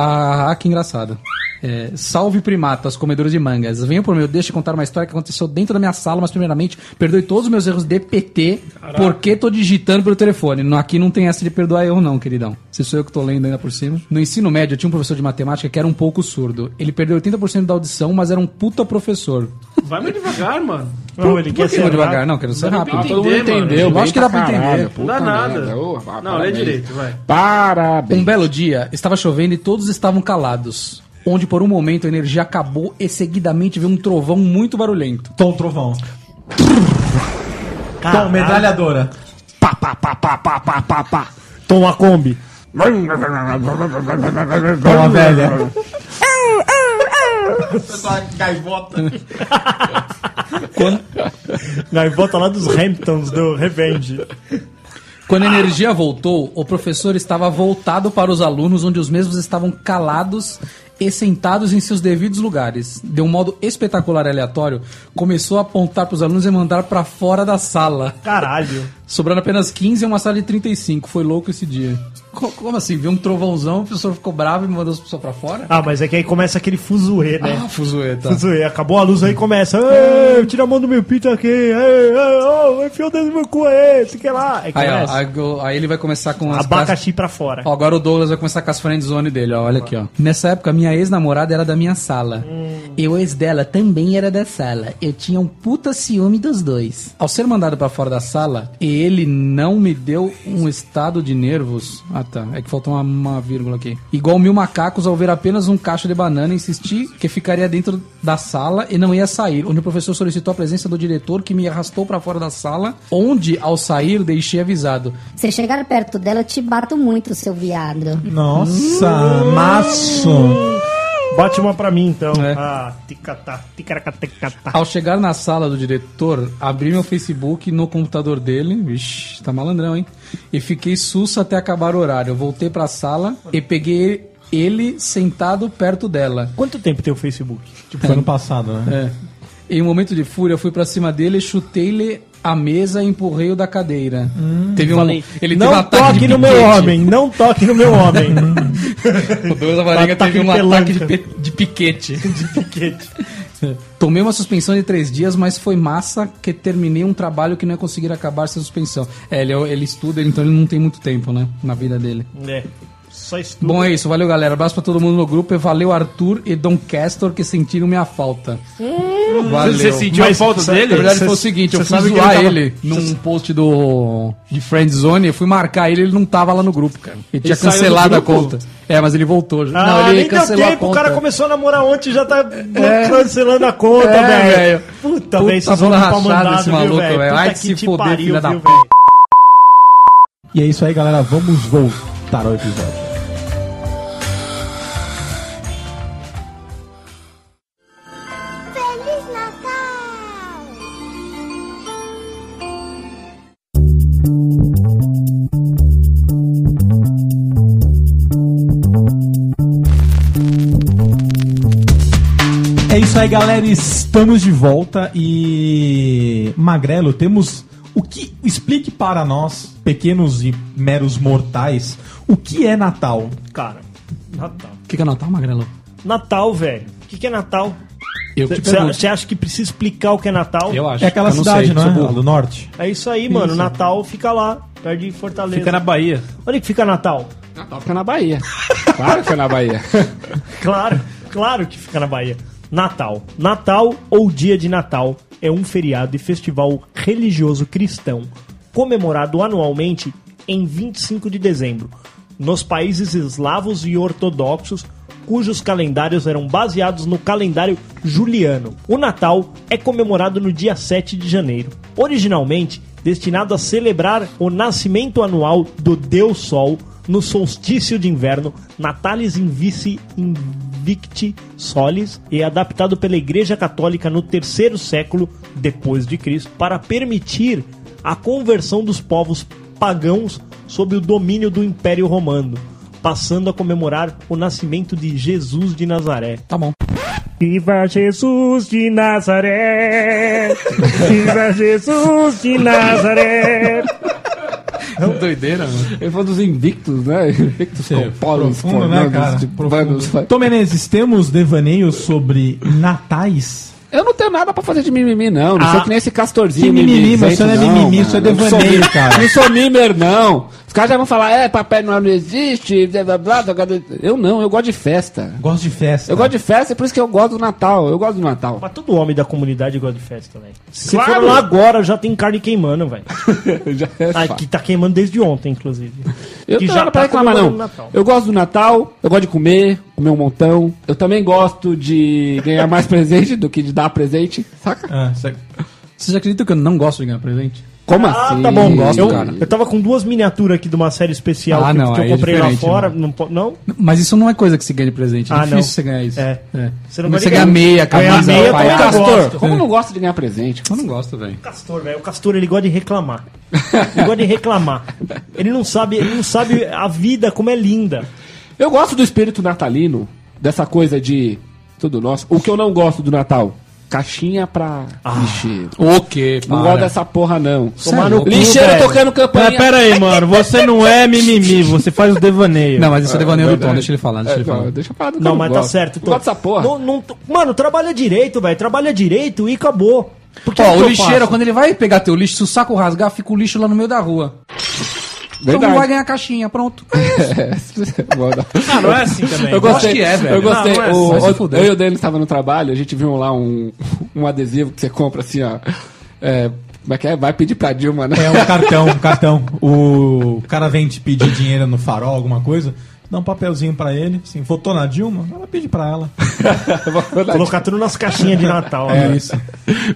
B: ah, ah, que engraçado. É, salve primatas, comedores de mangas. Venho por meu deixa eu contar uma história que aconteceu dentro da minha sala, mas primeiramente, perdoe todos os meus erros de PT, porque tô digitando pelo telefone. Não- Aqui não tem essa de perdoar eu não, queridão. Se sou eu que tô lendo ainda por cima. No ensino médio, eu tinha um professor de matemática que era um pouco surdo. Ele perdeu 80% da audição, mas era um puta professor.
F: Vai mais devagar, mano.
D: Não, ele
B: Por
D: quer
B: que eu vou
D: ser
B: devagar? Não, quero ser rápido.
F: entendi. Todo mundo entendeu,
B: mano. Lógico que dá pra entender.
E: é Puta merda. Ô, rapaz,
F: Não, lê
E: parabéns.
F: direito, vai.
E: Parabéns.
B: Um belo dia, estava chovendo e todos estavam calados. onde por um momento a energia acabou e seguidamente veio um trovão muito barulhento.
A: Tom Trovão. Tom, metralhadora.
D: Pá, pá, pá, pá, pá, pá, pá, pá. Tom a Kombi.
A: Tom a Tá velha.
D: Gaivota lá dos Hamptons, do Revenge.
B: Quando a energia voltou, o professor estava voltado para os alunos, onde os mesmos estavam calados e sentados em seus devidos lugares. De um modo espetacular e aleatório, começou a apontar para os alunos e mandar para fora da sala.
D: Caralho.
B: Sobrando apenas 15 em uma sala de 35. Foi louco esse dia. Co- Como assim? Viu um trovãozão, o professor ficou bravo e mandou as pessoas pra fora?
D: Ah, mas é que aí começa aquele fuzuê, né?
B: Ah, fuzueta.
D: Fuzuê, acabou a luz aí começa. "Ei, Tira a mão do meu pito aqui. Ei, ei, oh, enfia o dedo no meu cu aí. Sei que lá. Aí
B: Aí, ó,
D: começa.
B: aí, go- aí ele vai começar com as cas-
D: Abacaxi pra fora.
B: Ó, agora o Douglas vai começar com as friendzone dele, ó. Olha aqui, ó. Nessa época, minha ex-namorada era da minha sala. E o ex dela também era da sala. Eu tinha um puta ciúme dos dois. Ao ser mandado pra fora da sala, ele não me deu um estado de nervos. Ah, tá. É que faltou uma, uma vírgula aqui. Igual mil macacos ao ver apenas um cacho de banana, insisti que ficaria dentro da sala e não ia sair. Onde o professor solicitou a presença do diretor que me arrastou pra fora da sala, onde, ao sair, deixei avisado.
H: Se chegar perto dela, eu te bato muito, seu viado.
A: Nossa, maço.
D: Bate uma pra mim então.
B: É.
D: Ah, ticatá, ticaracatecatá.
B: Ao chegar na sala do diretor, abri meu Facebook no computador dele. Vixe, tá malandrão, hein? E fiquei susto até acabar o horário. Eu voltei pra sala e peguei ele sentado perto dela.
D: Quanto tempo tem o Facebook?
A: Tipo, foi no passado, né?
B: É. Em um momento de fúria, eu fui pra cima dele, chutei-lhe a mesa e empurrei-o da cadeira. teve um. Ele teve um
D: Hum, Não
B: ataque
D: toque
B: de
D: no meu
B: piquete.
D: homem, não toque no meu homem.
B: [laughs] O Douglas Alvarenga
D: Ataque
B: teve um
D: de
B: ataque de,
D: pelanca.
B: pe- de
D: [laughs]
B: piquete.
D: Piquete.
B: Tomei uma suspensão de três dias, mas foi massa que terminei um trabalho que não ia conseguir acabar sem suspensão. É, ele, ele estuda, então ele não tem muito tempo, né? Na vida dele.
D: É. Só estudo.
B: Bom, é isso. Valeu, galera. Abraço pra todo mundo no grupo. E valeu, Arthur e Dom Castor, que sentiram minha falta. Valeu.
F: Você sentiu a
D: Mas é
F: falta
D: você-
F: dele?
B: Na verdade
D: Cê-
B: foi o seguinte, eu
D: cê
B: fui
D: sabe que
B: zoar
D: ele tava-
B: ele, num post do de Friendzone, eu fui marcar ele, ele não tava lá no grupo, cara. Ele, tinha
F: saiu do
B: cancelado a
F: grupo?
B: conta. É, mas ele voltou. já.
D: Ah, nem deu tempo, o cara começou a namorar ontem e já tá cancelando a conta,
B: É, velho.
D: velho. Puta,
B: Puta
D: velho, esses
B: bola
D: homens pra
B: rachada
D: mandado,
B: esse
D: viu,
B: maluco,
D: velho?
B: velho.
D: Puta
B: Ai,
D: que
B: se
D: te
B: foder,
D: pariu,
B: filha da
D: viu,
B: p***.
D: velho?
A: E é isso aí, galera. Vamos voltar ao episódio.
H: Feliz Natal!
A: É isso aí, galera. Estamos de volta e. Magrelo, temos. O que. Explique para nós, pequenos e meros mortais, o que é Natal?
D: Cara, Natal.
B: O que, que é Natal, Magrelo?
D: Natal, velho. O que, que é Natal?
B: Eu que te pergunto.
D: Você acha que precisa explicar o que é Natal?
B: Eu acho.
A: É aquela
B: Eu não
A: cidade,
B: sei,
A: não
B: sou
A: é?
B: burro.
A: Lá Do norte.
D: É isso aí, mano. Natal fica lá, perto de Fortaleza.
F: Fica na Bahia.
D: Onde que fica Natal?
E: Natal fica na Bahia. Claro que é na Bahia.
D: Claro, claro que fica na Bahia. Natal. Natal ou Dia de Natal é um feriado e festival religioso cristão comemorado anualmente em 25 de dezembro nos países eslavos e ortodoxos, cujos calendários eram baseados no calendário juliano. O Natal é comemorado no dia 7 de janeiro. Originalmente destinado a celebrar o nascimento anual do Deus Sol, no solstício de inverno, Natalis Invici Invicti Solis, e adaptado pela Igreja Católica no terceiro século depois de Cristo para permitir a conversão dos povos pagãos sob o domínio do Império Romano, passando a comemorar o nascimento de Jesus de Nazaré.
B: Tá bom.
D: Viva Jesus de Nazaré! Viva Jesus de Nazaré!
B: Doideira, mano.
E: Ele falou dos invictos, né? Invictos
A: Sim,
E: corpóreos,
A: profundo, né,
E: formandos
A: cara?
E: de
A: Profundo.
E: panos.
A: Tom Menezes, temos devaneios sobre natais?
E: Eu não tenho nada pra fazer de mimimi, não. Não
D: Ah,
E: sou que nem esse castorzinho.
A: que mimimi,
E: mimizento,
A: mas isso não é mimimi, isso é
E: Eu não sou
A: devaneio,
E: mim-
A: cara.
E: Não sou mimer, não. Os caras já vão falar, é, Papai Noel não existe, blá, blá, blá, blá, blá. Eu não, eu gosto de festa.
A: Gosto de festa.
E: Eu gosto de festa, é por isso que eu gosto do Natal. Eu gosto do Natal.
D: [laughs] Mas todo homem da comunidade gosta de festa, velho. Se
E: Claro!
D: for lá agora, já tem carne queimando, velho.
E: Já [laughs] é
D: Ah,
E: fato.
D: que tá queimando desde ontem, inclusive.
E: Eu
D: Que
E: não
D: já
E: já
D: tá
E: pra reclamar,
D: comemorando
E: não.
D: o Natal.
E: Eu gosto do Natal, eu gosto de comer, comer um montão. Eu também gosto de ganhar mais presente do que de dar presente, saca?
A: Ah, segue.
B: Vocês acreditam que eu não gosto de ganhar presente?
E: Como
D: Ah,
E: assim?
D: tá bom.
E: Gosto,
D: eu,
E: cara.
D: eu tava com duas miniaturas aqui de uma série especial
B: Ah,
D: que,
B: não,
D: que eu
B: aí é
D: comprei lá
B: diferente,
D: fora.
B: mano.
D: Não, po- não?
B: Mas isso não é coisa que se ganha de presente. É
D: Ah,
B: difícil
D: não.
B: você ganhar isso.
D: É.
B: Você,
D: Você não vai
B: ganha
D: ganhar.
B: meia,
D: Ganhar
B: camisa,
D: meia, um
B: alfaiate.
D: também não
E: Castor,
D: gosto.
E: como eu não gosto de ganhar presente?
B: Eu não gosto, velho.
D: Castor, velho. O Castor, ele gosta de reclamar. Ele gosta de reclamar. Ele não sabe, ele não sabe a vida como é linda.
E: Eu gosto do espírito natalino, dessa coisa de tudo nosso. O que eu não gosto do Natal? Caixinha pra lixeiro.
B: O quê?
E: Não gosto dessa porra, não.
D: Tomar no cu,
E: Lixeiro
D: velho. é
E: tocando campainha.
F: Mas pera aí, mano. Você não é mimimi, você faz o devaneio.
B: Não, mas isso é devaneio do Tom.
E: verdade.
B: Deixa ele falar, deixa
E: É,
B: ele falar.
E: não, deixa eu falar do que eu
D: Não, mas tá
E: gosto.
D: certo.
E: Não gosto dessa porra.
D: Não, não- mano, trabalha direito, velho. Trabalha direito e acabou. Porque
B: Ó, o lixeiro, quando ele vai pegar teu lixo, se o saco rasgar, fica o lixo lá no meio da rua. Então não vai ganhar caixinha, pronto. [laughs]
E: É.
F: Ah, não é assim também.
E: Eu gostei,
B: acho que é, velho.
E: Eu gostei.
F: Não, não é
E: O-
B: assim. Vai se
E: o-
B: fuder.
E: eu e o Denis estava no trabalho, a gente viu lá um, um adesivo que você compra assim, ó. É, como é que é? Vai pedir pra Dilma, né?
A: É
E: [laughs]
A: um cartão, um cartão. O cara vem te pedir dinheiro no farol, alguma coisa, dá um papelzinho pra ele, assim, votou na Dilma, ela pede pra ela.
E: É
D: Colocar tudo nas caixinhas de Natal.
A: É
D: né?
A: isso.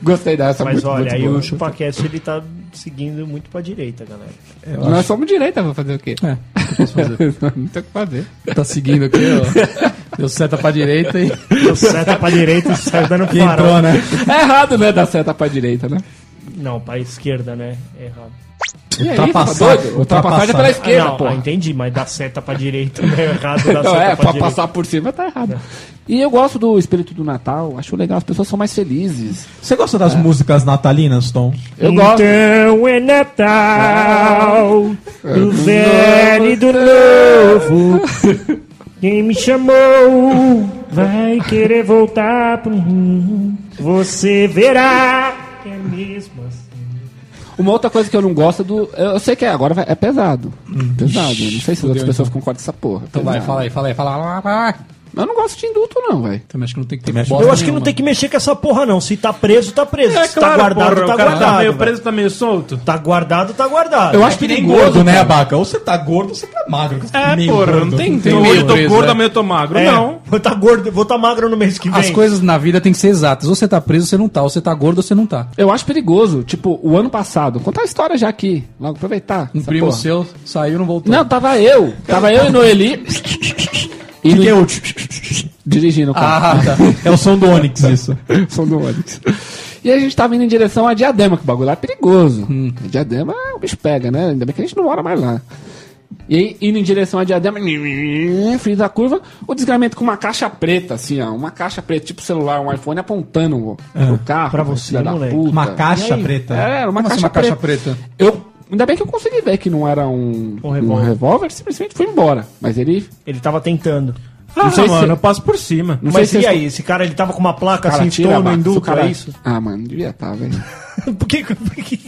E: Gostei dessa.
D: Mas
E: Tá muito,
D: olha,
E: muito
D: aí
E: boa.
D: o ChupaCast, ele tá seguindo muito pra direita,
E: [laughs]
D: galera.
E: Nós somos direita, vou fazer o quê?
B: É,
E: não tem o que fazer.
B: tá seguindo aqui, ó. Deu seta pra direita e.
D: Eu seta tá pra direita e sai dando
A: Que [laughs] entrou,
D: farol.
A: né?
E: É errado, né? Dar seta pra direita, né?
D: Não, pra esquerda, né? Errado.
E: E aí,
A: Ultrapassar-
E: tá doido? Ultrapassagem é pela
A: ultrapassar.
E: esquerda,
D: não,
E: pô.
D: ah, entendi, mas dá seta pra direita, né? Errado, dá
E: [laughs] Não,
D: seta
E: é, pra
D: pra direita. É.
E: passar por cima tá errado. E eu gosto do espírito do Natal, acho legal, as pessoas são mais felizes.
A: Você gosta das músicas natalinas, Tom?
E: Eu gosto.
D: Então é Natal,
E: Uhum.
D: do velho e do novo. Quem me chamou vai querer voltar pro mundo. Você verá que é mesmo assim.
E: Uma outra coisa que eu não gosto é do. Eu eu sei que é, agora vai- é pesado. Pesado. eu não sei se as outras pessoas concordam com essa porra.
B: Então vai,
E: Pesado.
B: fala aí, fala aí, fala. lá.
E: Eu não gosto de indulto, não, velho.
B: Também acho que não tem que ter bosta
D: Eu acho que não
B: nenhuma.
D: tem que mexer com essa porra, não. Se tá preso, tá preso.
F: É
D: Se tá guardado,
F: porra,
D: tá
F: o cara
D: guardado.
F: tá meio
D: velho.
F: preso, tá meio solto.
D: Tá guardado, tá guardado.
E: Eu acho
A: Que nem
E: perigoso,
A: gordo, né,
E: cara.
A: Abaca? Ou você tá gordo ou você tá magro. Você tá
F: É,
A: meio
F: porra,
A: gordo.
F: não tem
B: tem
F: jeito. Hoje eu tô
B: meio
A: né?
F: gordo,
B: preso,
F: amanhã eu tô magro.
D: É,
F: Não.
D: Vou tá gordo, vou tá magro no mês que vem.
B: As coisas na vida têm que ser exatas. Ou você tá preso, você não tá. Ou você tá gordo, ou você não tá.
E: Eu acho perigoso. Tipo, o ano passado. Contar a história já aqui. Logo aproveitar.
B: Um
E: essa
B: primo
E: porra.
B: seu saiu e não voltou.
E: Não, tava eu. Tava eu e Noeli. E no... eu? Dirigindo o carro.
B: Ah, tá.
A: É o som do Onix, isso.
E: [laughs] Som do ônibus. E a gente tava indo em direção a Diadema, que o bagulho lá é perigoso. A Diadema, o bicho pega, né? Ainda bem que a gente não mora mais lá. E aí, indo em direção a Diadema, [laughs] fiz a curva, o desgramento com uma caixa preta, assim, ó. Uma caixa preta, tipo celular, um iPhone apontando o pro carro.
D: pra você,
E: filha da
D: moleque.
E: puta.
A: Uma caixa
E: E aí,
A: preta?
E: É, uma,
B: Como
E: caixa,
B: assim uma caixa
E: preta.
B: preta?
E: Eu, ainda bem que eu consegui ver que não era um, um revólver. simplesmente foi embora. Mas ele.
D: Ele tava tentando.
F: Ah,
E: sei se-
F: mano, eu passo por cima.
E: Não
D: Mas
E: sei
D: e
E: se
D: aí? Esse cara, ele tava com uma placa
E: Cara,
D: assim,
E: tira,
D: estou
E: abafa,
D: em
E: o
D: dupla,
E: cara-
D: é isso?
E: Ah, mano, devia estar, velho.
D: [laughs] Por que- por que...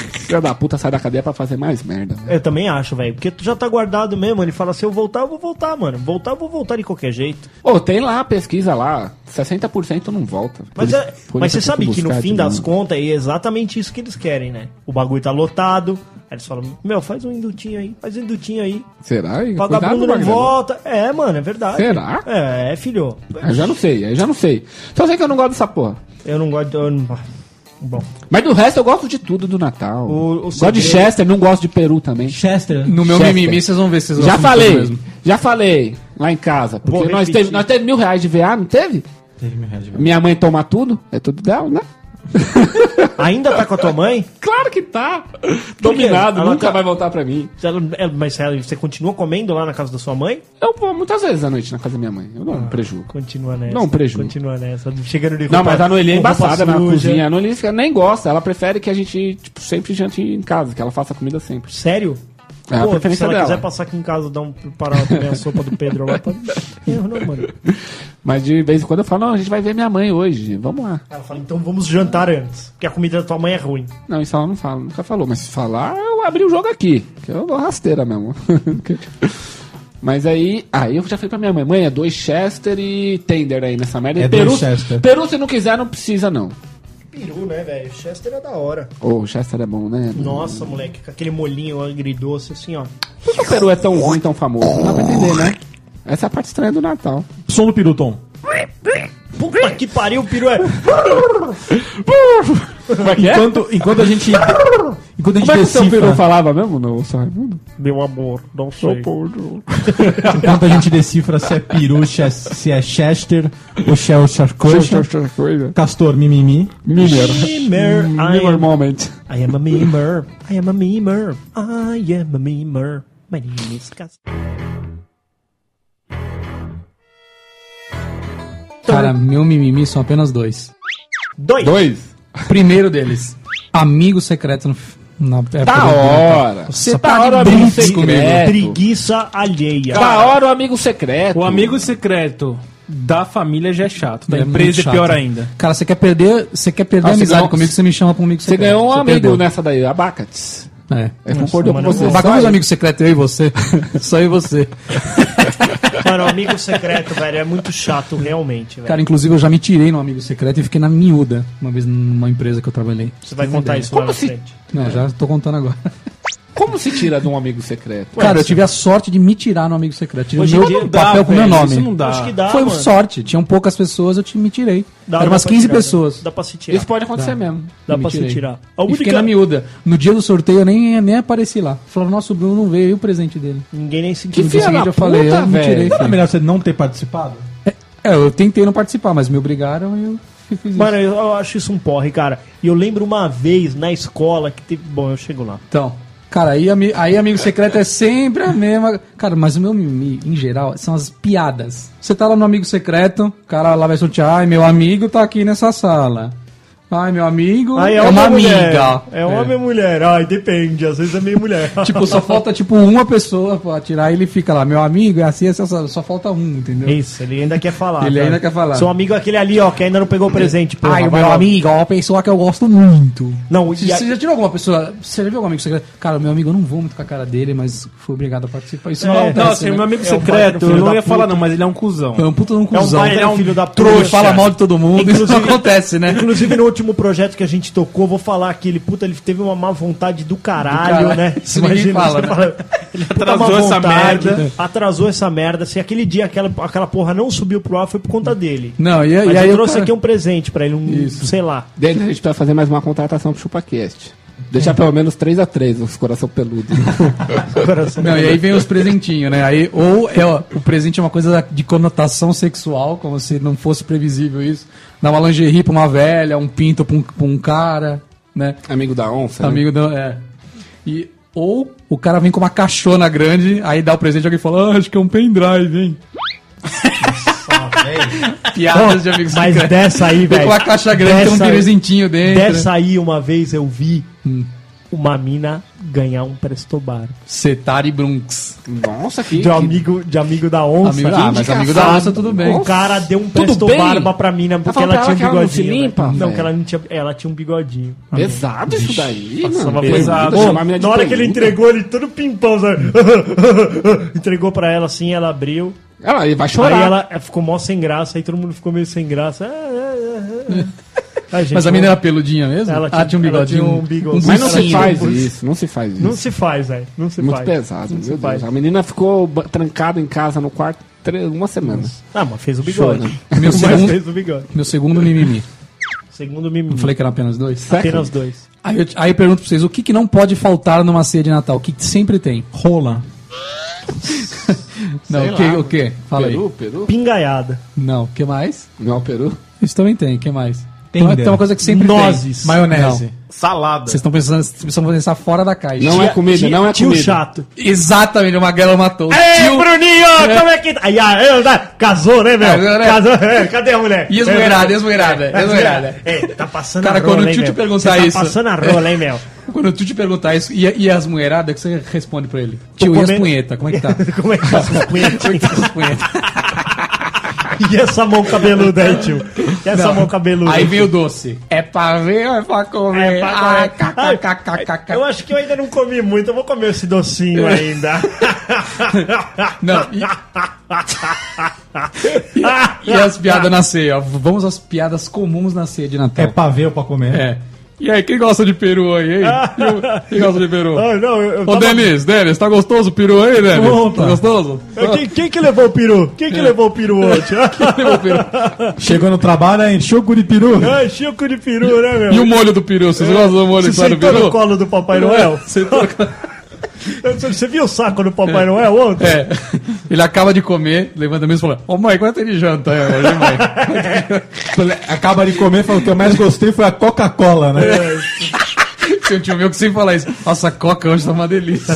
E: Filha da puta sai da cadeia pra fazer mais merda. velho.
D: Eu também acho, velho. Porque tu já tá guardado mesmo. Ele fala, se eu voltar, eu vou voltar, mano. Voltar, eu vou voltar de qualquer jeito.
E: Ô, tem lá, pesquisa lá, 60% não volta.
D: Mas,
E: Polícia-
D: é- mas
E: polícia
D: você
E: tem
D: sabe que no
E: buscar
D: fim
E: de
D: das
E: novo.
D: contas é exatamente isso que eles querem, né? O bagulho tá lotado. Aí eles falam, meu, faz um indutinho aí, faz um indutinho aí.
E: Será? E
D: Vagabundo
E: cuidado,
D: não
E: Magrelo.
D: volta. É, mano, é verdade.
E: Será?
D: É, filho.
E: Eu já não sei, eu já não sei. Só sei que eu não gosto dessa porra.
D: Eu não gosto. Eu não... Bom.
E: Mas do resto eu gosto de tudo do Natal.
D: O- o
E: gosto de
D: segredo-
E: Chester, não gosto de Peru também.
A: Chester.
B: No meu
E: Chester.
B: mimimi, vocês vão ver. Vocês
E: Já
B: gostam de tudo
E: falei,
B: mesmo.
E: já falei lá em casa.
D: Vou
E: Porque nós
D: repetir.
E: teve, nós teve mil reais de VA, não teve?
A: Teve mil reais de valor.
E: Minha mãe toma tudo, é tudo dela, né?
D: Ainda tá com a tua mãe?
E: Claro que tá.
D: Dominado,
E: Dominado,
D: nunca
E: nunca vai voltar pra mim.
D: Ela- ela- Mas ela- você continua comendo lá na casa da sua mãe?
E: Eu vou muitas vezes à noite na casa da minha mãe. Eu não
D: Ah.
E: prejugo.
D: Continua nessa.
E: Não, um prejuízo.
D: Continua nessa. Chegando de
E: Não,
D: roupa-
E: mas a Noeli é
D: com roupa
E: embaçada na
D: suja.
E: cozinha. A Noeli fica- nem gosta. Ela prefere que a gente, tipo, sempre jante em casa, que ela faça
A: [laughs]
E: comida sempre.
D: Sério?
E: É a
D: Pô, se
E: preferência
D: ela
E: dela.
D: quiser passar aqui em casa dar um preparar também a sopa do Pedro lá, pode. Eu não, mano.
E: Mas de vez em quando eu falo, não, a gente vai ver minha mãe hoje, vamos lá.
D: Ela fala, então vamos jantar antes, porque a comida da tua mãe é ruim.
E: Não, isso ela não fala, nunca falou. Mas se falar, eu abri o jogo aqui. Que eu dou rasteira mesmo. [laughs] Mas aí, aí eu já falei pra minha mãe, mãe, é dois Chester e Tender aí nessa merda.
A: É
E: e Peru,
A: dois Chester.
E: Peru, se não quiser, não precisa não.
D: Peru né, velho? Chester é da hora.
E: Ô, o Chester é bom, né?
D: Nossa, moleque, com aquele molinho agridoce assim, ó.
E: Por que o Peru é tão ruim, tão famoso? Não dá pra entender, né? Essa é a parte estranha do Natal.
A: Som do peru, Tom.
D: Puta que pariu, peru é.
E: Como é que
A: Enquanto, enquanto a gente. Enquanto a gente
E: Como é que o seu peru
A: decifra.
E: falava mesmo no Sorrimundo?
D: Meu amor, não sei.
A: Enquanto a gente decifra se é peru, se é, se é Chester ou se é o Charcoal.
D: né?
E: coisa.
A: Castor, mimimi.
E: Miller.
D: Memer, I
E: Miller
D: am,
E: Moment.
D: I am a memer, I am a memer, I am a memer. My name is Cas-
E: Então-
B: Cara, meu mimimi são apenas dois.
D: Dois.
E: Dois.
B: Primeiro deles, amigo secreto no, na época
E: Da
B: do-
E: Tá hora.
B: Tá Você
E: Da
B: tá
E: hora o
B: de
E: amigo
B: brinks comigo.
E: secreto.
D: É Preguiça alheia.
E: Da hora o amigo secreto.
F: O amigo secreto da família já é chato. Da
B: É muito
F: empresa é
B: chato.
F: pior ainda.
B: Cara, você quer perder, você quer perder
E: Ah,
B: a
E: você
B: amizade
E: ganhou-
B: comigo, você me chama pra um amigo
E: Você
B: secreto.
E: ganhou um amigo
B: perdeu.
E: nessa daí, abacates.
B: É.
E: Eu concordo com você.
B: Bacana
E: Só
B: meus
E: aí.
B: amigos secretos, eu e você. [laughs] Só eu e você.
D: Mano, amigo secreto, velho, é muito chato realmente, velho.
B: Cara, inclusive eu já me tirei num amigo secreto e fiquei na miúda uma vez numa empresa que eu trabalhei.
D: Você vai contar isso lá na frente.
B: Não, já tô contando agora.
E: Como se tira de um amigo secreto?
B: [laughs] Cara, eu tive a sorte de me tirar no amigo secreto. Tirei
D: Hoje
B: o
D: em dia
B: meu
D: não
F: Dá,
B: papel com o meu
F: velho, Isso não
B: nome.
F: dá.
D: Acho que dá,
B: Foi
D: mano.
B: sorte, tinham poucas pessoas, eu te, me tirei.
D: Dá-
B: Eram
D: dá
B: umas
D: pra
B: 15
D: tirar, né?
B: pessoas.
D: Dá pra se tirar.
E: Isso pode
B: Tá.
E: acontecer mesmo.
D: Dá
B: Me
D: pra se
B: tirei.
D: tirar. A
B: E fiquei
D: única...
B: na miúda. No dia do sorteio eu nem, nem apareci lá. Falaram, nossa, o Bruno não veio, e o presente dele?
D: Ninguém nem sentiu.
E: Que
B: No dia
E: filha
B: seguinte
E: da
B: eu falei,
E: puta,
B: eu me tirei.
E: velho.
A: Não é melhor você não ter participado?
B: É, eu tentei não participar, mas me obrigaram e eu fiz isso.
D: Mano, eu, eu acho isso um porre, cara. E eu lembro uma vez na escola que teve. Bom, eu chego lá.
B: Então, cara, aí, ami- aí amigo secreto é sempre a mesma. Cara, mas o meu mimimi, em geral, são as piadas. Você tá lá no amigo secreto, o cara lá vai sortear, ai, meu amigo tá aqui nessa sala. Ai, meu amigo
D: Ai,
B: é,
D: Ah, homem
B: uma
D: ou mulher?
B: amiga.
D: É homem ou mulher? Ai, depende. Às vezes é meio mulher.
B: [laughs] Tipo, só falta tipo uma pessoa pra tirar e ele fica lá, meu amigo, é assim, é assim, assado. só falta um,
D: [laughs]
B: entendeu?
D: Isso, ele ainda quer falar. tá?
B: Ele ainda quer falar.
D: Seu amigo é aquele ali, ó, que ainda não pegou o presente. porra.
B: Ai, o
D: Vai
B: meu
D: lá.
B: amigo, é uma pessoa que eu gosto muito.
D: Não,
B: Você
D: e a-
B: você já tirou alguma pessoa? Você já viu algum amigo secreto? Cara, meu amigo, eu não vou muito com a cara dele, mas fui obrigado a participar. Isso não
F: Não,
B: acontece,
F: não, assim,
B: né?
F: meu amigo
D: É um
F: secreto,
D: filho
F: eu não
D: da
F: ia falar
D: puta.
F: não, mas ele é um cuzão.
B: É um puta de um
D: É um
B: cuzão.
D: baile, é um filho da puta.
B: trouxa, fala mal de todo mundo, isso não
D: Inclusive-
B: acontece, né?
D: Inclusive, no último projeto que a gente tocou, vou falar que ele, puta, ele teve uma má vontade do caralho,
B: Do caralho. [laughs]
D: né?
B: Isso ninguém fala, né?
D: ele
F: Atrasou essa merda.
D: Atrasou essa merda. Se aquele dia aquela, aquela porra não subiu pro ar, foi por conta dele.
B: Não, e,
D: Mas
B: e aí
D: eu
B: eu
D: trouxe
B: cara-
D: aqui um presente pra ele, um, sei
B: [laughs]
D: lá.
E: Dentro a gente vai fazer mais uma contratação pro ChupaCast.
B: É.
E: Deixar pelo menos 3x3 os coração
B: [laughs]
E: peludo.
B: Não, e aí vem os presentinhos, né? Aí, ou é, ó, o presente é uma coisa de conotação sexual, como se não fosse previsível isso. Dá uma lingerie pra uma velha, um pinto pra um, pra um cara, né?
E: Amigo da onça.
D: Tá
E: né?
B: Amigo do. É. E, ou o cara vem com uma caixona grande, aí dá o presente e alguém fala, ah, acho que é um pendrive, hein? Piadas de amigos
D: Mas
B: secretos.
D: dessa aí,
B: Vem
D: velho.
B: com uma caixa grande, tem um
D: dessa-
B: presentinho dentro. né?
D: Dessa aí, uma vez eu vi uma mina ganhar um prestobar.
B: Setari Brunks.
E: Nossa, que.
D: De
E: que-
D: um amigo, de amigo da onça.
B: Amigo, ah, mas amigo da
E: caçado.
B: onça tudo bem.
D: O cara deu um
E: Tudo
D: presto
E: bem? Tá
D: barba pra mina porque
E: falando
D: ela
E: pra
D: tinha
E: ela
D: um
E: que ela não se
D: bigodinho. velho.
E: limpa,
D: não
E: velho?
D: que ela não tinha. Ela tinha um bigodinho.
E: Pesado isso daí, mano.
D: Passava
E: Pesado.
D: Ô,
E: Chamar tipo a mina de
D: na hora que ele
E: peluda.
D: entregou, ele todo pimpão, sabe? [laughs] entregou pra ela assim, ela abriu.
E: Ela ele vai
D: Aí
E: chorar.
D: ela eh, ficou mó sem graça, aí todo mundo ficou meio sem graça. Ah, ah,
E: [laughs]
D: ah, ah. Ai, gente,
B: Mas a
D: não-
B: menina era peludinha mesmo?
D: Ela
B: Ela
D: tinha-
B: tinha, ah, tinha um
D: ela tinha
B: bigodinho.
D: um bigodinho.
E: Mas não se
D: Sim,
E: faz
D: depois-
E: isso, não se faz isso. É
D: Não se faz, velho. Não se
E: Muito
D: faz.
E: pesado,
D: Não
E: meu
D: se
E: Deus.
D: faz.
E: A menina ficou ba- trancada em casa no quarto tre- uma semana. né?
D: Ah, mas fez o bigode.
E: Chorando.
B: [laughs] Meu
D: Mas
E: um
B: segundo,
D: fez o bigode.
B: meu segundo mimimi.
D: Segundo mimimi.
B: Falei que eram apenas dois?
D: Apenas dois.
B: Aí eu, aí eu pergunto pra vocês, o que, que não pode faltar numa ceia de Natal? O que, que sempre tem?
A: Rola.
B: [laughs] Não,
E: Sei
B: o que?
E: lá.
B: O que? Fala aí.
E: Peru, Peru?
D: Pingaiada.
B: Não, o que mais?
E: Não é o Peru?
B: Isso também tem, o que mais?
A: Tender.
B: Tem, tem uma coisa que sempre
D: Nozes.
B: tem. Maionese.
A: Não.
I: Salada.
B: Vocês estão pensando, vocês precisam pensar fora da caixa.
E: Não é comida,
D: Tio-
E: não é
D: tio
E: comida.
D: chato.
B: Exatamente, o Magrela matou.
D: Ei,
B: Tio-
D: Bruninho, como é que tá? Aí, ah, eu, tá, casou, né, meu?
B: Casou, né?
D: Casou, [laughs] é, cadê a mulher?
B: E as mulheradas, e as mulheradas, e as mulheradas.
D: É, tá passando
B: Cara,
D: a rola,
B: quando o
D: hein,
B: tio te
D: meu?
B: perguntar
D: Você
B: isso.
D: Tá passando a rola, hein, meu? [laughs]
B: Quando tu te perguntar isso, e, e as mulheradas, que você responde pra ele? Tio, e as
D: comendo- [laughs]
B: punheta, como é que tá?
D: como é que tá as punhetinhas?
B: As punheta.
D: [laughs] E essa mão cabeluda aí, tio? E essa É mão cabeluda?
B: Aí vem o doce. É pra ver ou é pra comer?
D: É, paga-
B: Ai, kkkkkk.
D: Ai, Eu acho que eu ainda não comi muito, eu vou comer esse docinho
B: [laughs]
D: ainda. [laughs]
B: Não, e...
D: Ah,
B: e as piadas na ceia? Vamos às piadas comuns na ceia de
A: É
B: Natal.
A: pra ver ou pra comer?
B: É. E aí, quem gosta de peru aí, hein? E o- Quem gosta de
D: [laughs]
B: peru?
D: Ah, não, eu, eu
B: Ô,
D: tava-
B: Denis, Denis, tá gostoso o peru aí, Denis?
A: Opa.
B: Tá gostoso?
D: Ah, Quem, quem que levou o peru? Quem
B: É.
D: que levou o peru hoje?
B: [laughs] Levou o Ah, peru.
A: Chegou no trabalho, encheu o curipiru.
D: Ai, Chico de peru, né, meu?
B: E o molho do peru? Vocês gostam do molho
D: Você
B: que sai do
D: sentou É. no
B: peru?
D: colo do Papai Noel?
B: Sentou no colo.
D: Você você viu o saco do Papai Noel ontem?
B: É. É. Ele acaba de comer, levanta a mesa e fala: Ô mãe, quanto é de janta é hoje, mãe?
A: Acaba de comer, falou que eu mais gostei foi a Coca-Cola, né?
B: Tinha um tio meu que sempre fala isso. Nossa, a coca hoje tá uma delícia.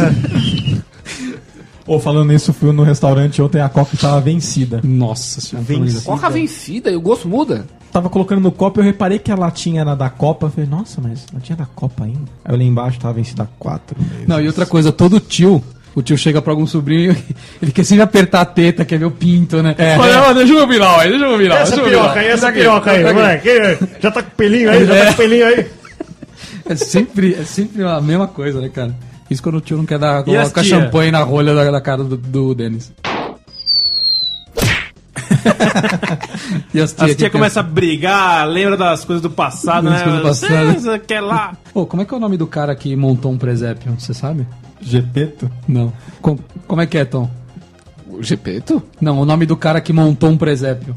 A: Ou falando nisso, fui no restaurante ontem, a Coca tava vencida.
B: Nossa senhora.
D: então.
E: Coca vencida e o gosto muda.
A: Tava colocando no copo, eu reparei que a latinha era da Copa. eu Falei, nossa, mas latinha da Copa ainda? Aí eu olhei embaixo, tava vencida quatro. vezes.
B: Não, e outra coisa, todo tio. O tio chega pra algum sobrinho, [laughs] ele quer sempre apertar a teta, quer ver o pinto, né? É, Olha, ó, deixa eu virar, ó, deixa eu virar.
D: Essa
B: deixa eu virar.
D: piroca aí, essa
B: Aqui,
D: piroca aí,
B: aqui.
D: moleque. Já tá com pelinho aí, já tá com pelinho aí.
B: É sempre, é sempre a mesma coisa, né, cara? Isso quando o tio não quer dar.
F: as
B: Coloca
F: tia?
B: champanhe na rolha da, da cara do, do Denis. [laughs] e as
F: As
B: tias.
F: tia
B: que
F: começa a brigar, lembra das coisas do passado,
B: Das
F: né?
B: coisas do passado.
F: Você quer lá.
B: tem- Pô, como é que é o nome do cara que montou um presépio? Você sabe?
A: Gepeto?
B: Não. Com- como é que é, Tom?
E: O Gepeto?
B: Não, o nome do cara que montou um presépio.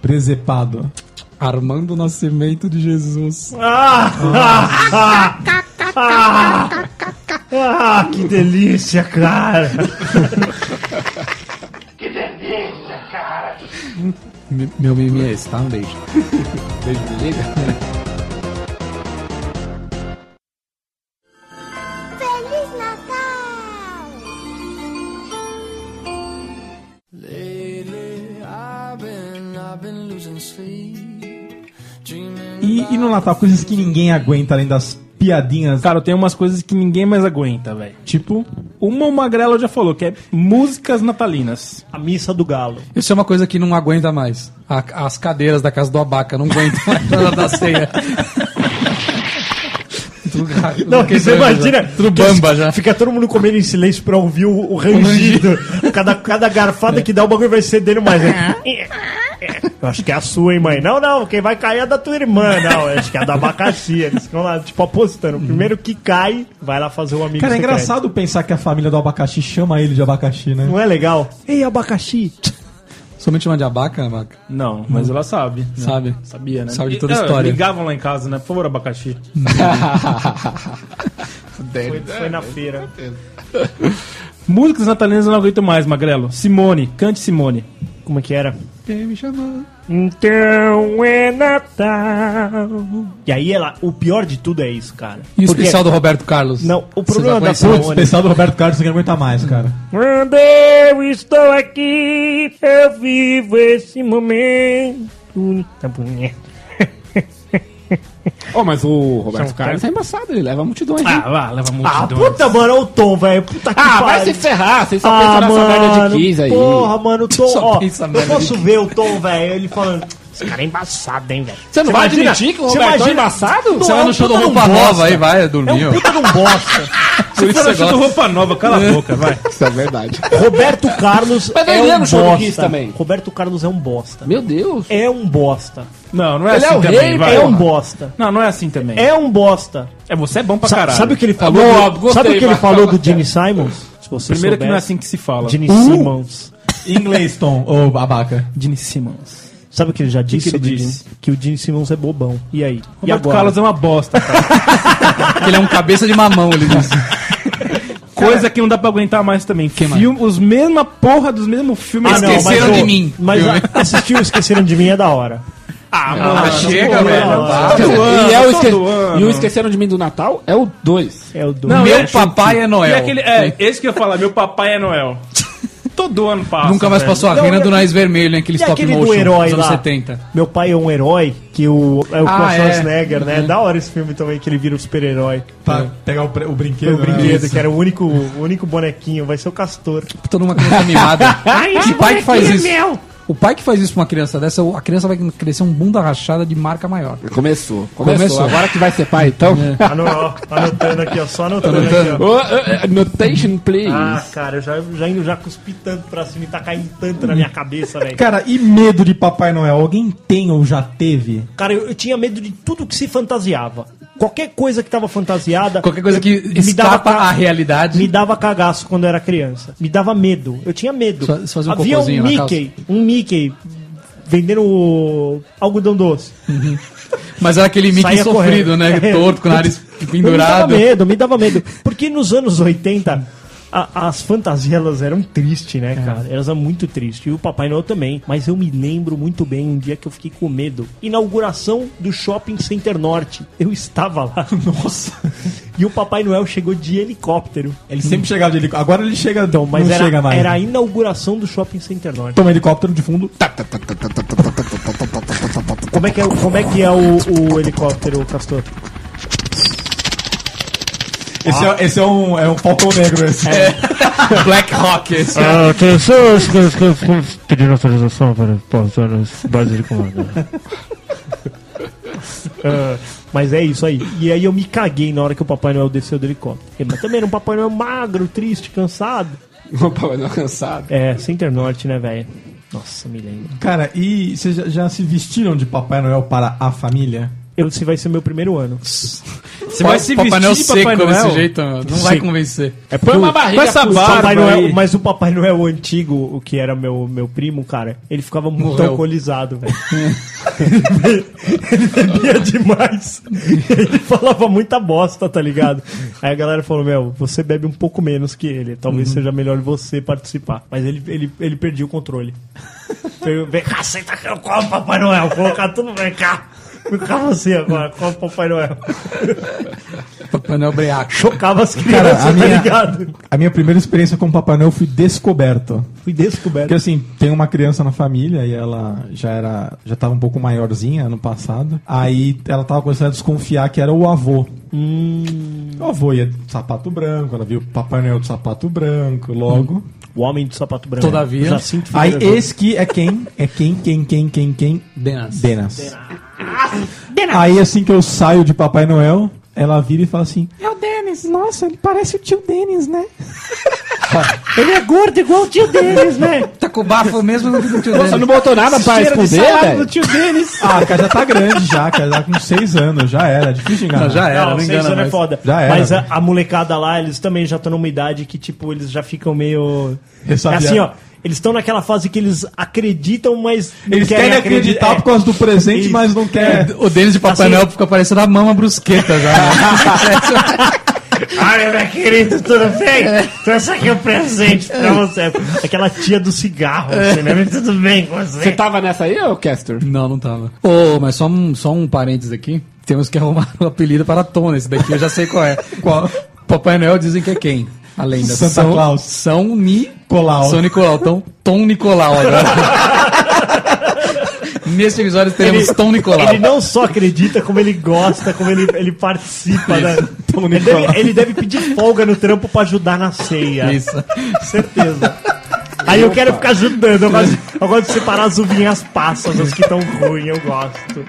A: Presepado.
B: Armando o Nascimento de Jesus.
D: Ah, que delícia, cara.
B: Me- meu meme é esse, tá? Um beijo.
E: Beijo, me liga.
I: Feliz Natal!
A: E, e no Natal, coisas que ninguém aguenta além das piadinhas.
F: Cara, eu tenho umas coisas que ninguém mais aguenta, velho. Tipo, uma o Magrelo já falou, que é músicas natalinas.
D: A missa do galo.
B: Isso é uma coisa que não aguenta mais. A- as cadeiras da casa do Abaca não aguentam mais nada da
D: [laughs]
B: ceia.
D: Não, que você imagina.
B: Tudo é bamba
D: que
B: já.
D: Fica todo mundo comendo em silêncio pra ouvir o, o rangido. [laughs] cada, cada garfada que dá, o bagulho vai cedendo mais. né? Eu acho que é a sua, hein, mãe? Não, não, quem vai cair é da tua irmã. Não, eu acho que é da abacaxi. Eles ficam lá, tipo, apostando. O primeiro que cai, vai lá fazer o amigo
A: Cara, é
D: secreto.
A: engraçado pensar que a família do abacaxi chama ele de abacaxi, né?
D: Não é legal? Ei, abacaxi.
B: Somente chama de Abaca, Abaca?
F: Não, mas ela sabe. né?
B: Sabe?
F: Sabia, né?
B: Sabe de toda a
F: Ah,
B: história.
F: Ligavam lá em casa, né? Por favor, abacaxi.
D: Foi, foi na feira.
F: Músicas natalinas eu não aguento mais, Magrelo. Simone, cante Simone.
D: Como é que era?
B: Quem me chamou?
D: Então é Natal. E aí, ela, o pior de tudo é isso, cara.
B: E o
D: Porque-
B: especial do Roberto Carlos?
D: Não, o
B: Vocês
D: problema da
B: aguentam?
A: Putz, o pessoal do Roberto Carlos não aguenta mais, cara.
D: Quando eu estou aqui, eu vivo esse momento. Tá bonito.
E: Ó, mas o Roberto
D: São
E: Carlos é embaçado, ele leva multidões.
F: Ah, vá, leva muito
D: Ah, puta, mano, olha o Tom, velho. Puta que
E: Ah, vai
D: pariu.
E: se ferrar, vocês só
D: Ah,
E: pensam nessa merda
D: mano,
E: de 15 aí.
D: porra, mano, o Tom,
B: Só
D: ó,
B: pensa
D: eu
B: merda
D: posso ver o Tom, velho, ele falando, esse cara é embaçado, hein, velho.
E: Você não vai
D: imagina-
E: admitir que o
D: você
E: Robertão
D: imagina-
E: é embaçado?
D: Não,
B: Você vai
D: é um
B: no show do
D: puta de um
B: Roupa
D: bosta.
B: Nova aí, vai,
D: É
B: dormiu.
D: um puta de um bosta.
B: Por isso você gosta.
F: roupa nova, cala a boca, vai.
E: Isso é verdade.
D: Roberto Carlos
E: Mas
D: é
E: ele é
D: um
E: no show do
D: bosta.
E: Kiss também.
D: Roberto Carlos é um bosta.
E: [laughs] Meu Deus.
D: É um bosta.
F: Não, não é
E: Ele é
F: assim
E: o
F: também,
E: rei,
F: vai.
D: É um bosta.
F: Não, não é assim também.
D: É um bosta.
F: É, você é bom pra
D: Sa-
F: caralho.
D: Sabe o que ele falou?
E: boa,
D: do,
E: gostei,
D: sabe o que ele
E: vai.
D: falou do Gene Simons? Se você
F: Primeiro que não é
D: soubesse,
F: assim que se fala.
D: Gene Simmons.
A: Em Inglês, Tom, ou abaca.
F: Gene Simmons.
D: Sabe o que ele já disse?
F: que ele
D: sobre o
F: disse?
D: Gene- que o Gene Simmons é bobão. E aí? e
F: Roberto Carlos é uma bosta, cara.
B: Ele é um cabeça de mamão, ele diz.
F: [laughs] Ah, Coisa que não dá pra aguentar mais também.
B: mais?
F: Filme, os mesma porra dos mesmos filmes.
D: Ah, não, mas
B: Esqueceram
D: o-
B: de mim.
D: Mas a- assistir o Esqueceram de Mim é da hora.
F: Ah, mano,
B: chega,
F: não,
D: velho.
F: não,
D: Tá
F: tá
E: Quer dizer,
F: zoando,
E: e, é o
F: tá
E: esque-
F: zoando.
E: e o Esqueceram de Mim do Natal é o 2.
D: É o do.
F: Não,
B: Meu
F: é,
B: papai é Noel.
F: E aquele, é, esse que eu ia falar, meu papai é Noel. Todo ano passa.
B: Nunca mais
F: velho.
B: passou a
D: Não,
B: grana
D: e-
B: do nariz vermelho, hein, aquele
D: e
B: stop
D: aquele
B: motion
D: do herói
B: dos anos
D: lá?
B: 70.
D: Meu pai é um herói, que o, é o
B: Ah,
D: Arnold
B: é.
D: Schwarzenegger, né? Da hora esse filme também, que ele vira um super-herói.
F: É.
A: Pra pegar o, pre- o brinquedo.
D: O
A: né?
D: brinquedo, que era o único, o único bonequinho, vai ser o Castor. [laughs] é
B: Puta numa criança mimada. que pai que faz isso?
D: meu!
B: O pai que faz isso pra uma criança dessa, a criança vai crescer um bunda rachada de marca maior.
E: Começou, começou.
B: Começou.
E: Agora que vai ser pai, então.
D: Ano- ó, anotando aqui, ó. Só anotando, aqui, ó.
E: Oh, oh, oh, notation, please.
D: Ah, cara, eu já, já, indo- já cuspi tanto pra cima e tá caindo tanto na minha cabeça, velho.
A: Cara, e medo de Papai Noel? Alguém tem ou já teve?
D: Cara, eu, eu tinha medo de tudo que se fantasiava. Qualquer coisa que tava fantasiada.
B: Qualquer coisa
D: eu-
B: que escapa
D: ca-
B: à realidade.
D: Me dava cagaço quando eu era criança. Me dava medo. Eu tinha medo.
B: Só- só fazer um
D: Havia um
B: cocôzinho na
D: Mickey, um Mickey vendendo algodão doce.
B: Mas era aquele Mickey
D: Saía correndo.
B: sofrido, né?
D: É.
B: Torto, com o nariz
D: Me
B: pendurado.
D: dava medo, me dava medo. Porque nos anos 80, a- as fantasias elas eram tristes,
B: É.
D: né, cara? Elas eram muito tristes. E o Papai Noel também. Mas eu me lembro muito bem um dia que eu fiquei com medo. Inauguração do Shopping Center Norte. Eu estava
B: [laughs]
D: lá. Nossa. E o Papai Noel chegou de helicóptero.
A: Ele sempre chegava de helicóptero. Agora ele chega, então,
D: Mas
A: não
D: era,
A: chega mais.
D: era a inauguração do Shopping Center Norte.
A: Toma um helicóptero de fundo. Tá.
D: Como é que é, o- como é, que é o, o helicóptero, Castor?
A: Esse, é, esse é um, é um falcão negro. Esse.
B: É. [laughs] Black Rock. esse.
J: Ah, Atenções que eu pedindo autorização para pausar as bases de comando.
D: Ah, [laughs] mas é isso aí. E aí eu me caguei na hora que o Papai Noel desceu do helicóptero. Mas também era um Papai Noel magro, triste, cansado.
E: Opa, mas não cansado.
D: É, Center Norte, né, velho? Nossa, me lembro.
A: Cara, e vocês já, já se vestiram de Papai Noel para a família?
D: Eu, esse vai ser meu primeiro ano.
B: Você vai se
F: Papai
B: vestir
F: Noel
B: de Papai
F: seco
B: Noel
F: desse
B: desse jeito, não vai convencer.
E: É, põe uma barriga.
F: Com essa
E: por-
F: barba
D: Papai
F: aí.
D: Noel, mas o Papai Noel antigo, o que era meu, meu primo, cara, ele ficava muito
B: Morreu.
D: alcoolizado, velho. ele bebia demais. Ele falava muita bosta, tá ligado? Aí a galera falou: Meu, você bebe um pouco menos que ele. Talvez seja melhor você participar. Mas ele, ele, ele perdia o controle. Veio- Vem cá, senta aqui, eu colo Papai Noel. Colocar tudo, vem cá. Vem cá você agora, colo Papai Noel.
B: Papai Noel breaco.
D: Chocava as
A: Cara,
D: crianças,
A: a minha-
D: tá ligado?
A: A minha primeira experiência com o Papai Noel eu fui descoberto.
D: Fui descoberto.
A: Porque assim, tem uma criança na família e ela já era. já tava um pouco maiorzinha ano passado. Aí ela tava começando a desconfiar que era o avô.
B: Hum.
A: O avô ia de sapato branco, ela viu o Papai Noel de sapato branco logo.
D: O homem do sapato branco.
B: Todavia.
D: Jacinto
A: Aí
D: Figueiredo.
A: esse que é quem? É quem, quem, quem, quem, quem?
B: Denas.
A: Denas. Aí assim que eu saio de Papai Noel, ela vira e fala assim:
J: É o Denis, nossa, ele parece o tio Denis, né?
D: Ele é gordo igual o tio deles, [laughs] né?
B: Tá com o bafo mesmo no que tio
E: Você
B: dele.
E: não botou nada pra
D: Cheiro de
E: esconder,
D: salada
E: velho?
D: do tio deles.
A: Ah, cara, já tá grande já, cara, já com seis anos, já era, é difícil de enganar.
B: Não, já era, não,
D: seis
B: engana
D: anos é
B: mais.
D: foda.
A: Já era,
D: Mas a,
A: velho.
D: a molecada lá, eles também já estão numa idade que, tipo, eles já ficam meio. É
A: Ressabiado.
D: assim, ó. Eles estão naquela fase que eles acreditam, mas. não
A: Eles querem acreditar
D: é.
A: por causa do presente,
D: Isso.
A: mas não quer.
B: O Denis de Papai
D: Assim-
B: Noel fica parecendo a mama brusqueta já. né?
D: Ai, meu querido, tudo bem? Então esse aqui é o presente pra você. Aquela tia do cigarro, assim, né? Tudo bem com você? tá-
E: Você tava nessa aí, ô Castor?
B: não, não tava. Ô, mas só um, só um parênteses aqui. Temos que arrumar o apelido para a tona. Esse daqui eu já sei qual é. qual? Papai Noel dizem que é quem? A lenda.
A: Santa
B: São,
A: Claus.
B: São Nicolau.
A: Colau.
B: São Nicolau. Então, Tom Nicolau agora. [laughs] Nesse episódio teremos Tom Nicolau.
D: Ele não só acredita, como ele gosta, como ele, ele participa. Né?
A: Tom
D: Ele,
A: Nicolau.
D: deve, ele deve pedir folga no trampo pra ajudar na ceia.
B: Isso.
D: Certeza. [laughs] Aí eu quero ficar ajudando. Eu gosto, eu gosto de separar as uvinhas passas, as que estão ruins, eu gosto.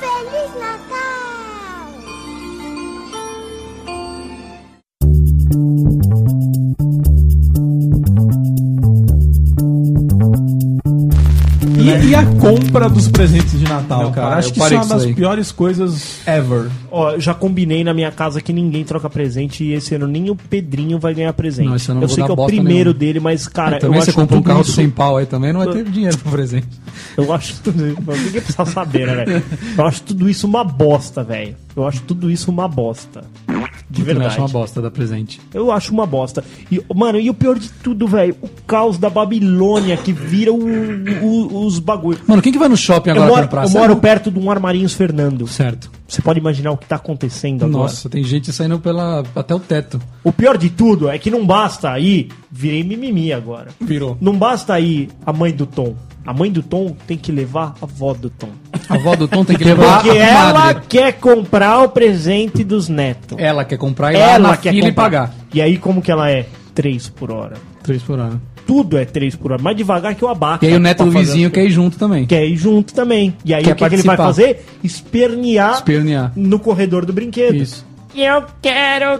I: Feliz Natal!
A: né? E, e a compra dos presentes de Natal,
B: né? Não,
A: cara?
B: para,
A: Acho
B: eu
A: que isso é
B: parei
A: uma
B: com
A: das
B: isso aí.
A: piores coisas ever.
D: Ó, eu já combinei na minha casa que ninguém troca presente e esse ano nem o Pedrinho vai ganhar presente.
B: Não, esse ano
D: eu
B: eu não vou
D: sei
B: dar
D: que é o
B: bosta
D: primeiro
B: nenhuma.
D: dele, mas, cara, eu
B: também você
D: acho
B: comprou um
D: tudo
B: carro
D: isso-
B: sem pau aí também, não vai ter dinheiro pro presente.
D: Eu acho tudo isso. Mas Ninguém precisa saber, né, velho? Eu acho tudo isso uma bosta, velho. Eu acho tudo isso uma bosta. De
B: Eu
D: verdade.
B: acho uma bosta dar presente.
D: Eu acho uma bosta. E, mano, e o pior de tudo, velho, o caos da Babilônia que vira o- o- os bagulho.
B: Mano, quem que vai no shopping
D: Eu
B: agora
D: moro,
B: comprar?
D: eu moro perto de um Armarinhos Fernando.
B: Certo.
D: Você pode imaginar o que tá acontecendo agora.
B: Nossa, tem gente saindo pela até o teto.
D: O pior de tudo é que não basta aí. Virei mimimi agora.
B: Virou.
D: Não basta aí a mãe do Tom. A mãe do Tom tem que levar a avó do Tom.
B: A avó do Tom tem que levar
D: Porque
B: a
D: ela
B: comadre.
D: quer comprar o presente dos netos.
B: É, Ela quer comprar e lá na fila e pagar.
D: E aí como que ela é? 3 por hora.
B: Três por hora.
D: Tudo é 3 por hora. Mais devagar que o abaca.
B: E aí o neto
D: pra
B: do
D: fazer
B: vizinho
D: as
B: quer ir junto também.
D: Quer ir junto também. E aí
B: Quer
D: o que, que ele
B: participar.
D: vai fazer? Espernear,
B: Espernear.
D: no corredor do brinquedo.
B: Isso.
D: Eu quero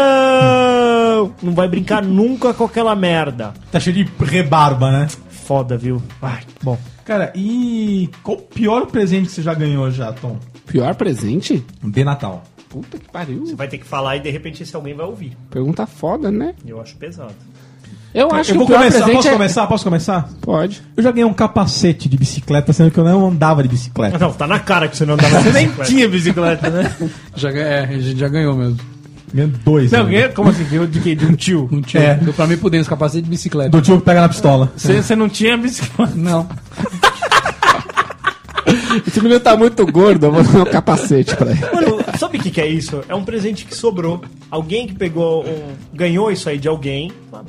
D: caminhão! Não vai brincar nunca com aquela merda.
A: Tá cheio de rebarba, né?
D: Foda, viu? Ai, bom.
A: Cara, e qual o pior presente que você já ganhou já, Tom?
E: Pior presente?
A: De Natal.
E: Puta que pariu.
D: Você vai ter que falar e de repente esse alguém vai ouvir.
E: Pergunta foda, né?
D: Eu acho pesado.
E: Eu acho
A: eu
E: que o
A: vou
E: pior
A: começar,
E: presente
A: posso
E: é...
A: começar? Posso começar?
E: Pode.
A: Eu já ganhei um capacete de bicicleta, sendo que eu não andava de
F: [laughs]
A: bicicleta.
D: Não, tá na cara que você não andava
A: Você nem
D: tinha bicicleta, né?
B: Já, ga- é, a gente já ganhou mesmo.
A: Ganhei dois.
F: Não,
A: né?
F: ganhou- como assim? Ganhou de quê? De um tio?
B: Um tio.
A: É.
B: Deu pra mim poder, uns capacete de bicicleta.
A: Do tio que pega na pistola. É.
F: Você você não tinha bicicleta?
B: Não.
E: Esse menino tá muito gordo, eu vou dar um capacete pra ele.
D: Mano, sabe o que, que é isso? É um presente que sobrou. Alguém que pegou um. ganhou isso aí de alguém. Ah,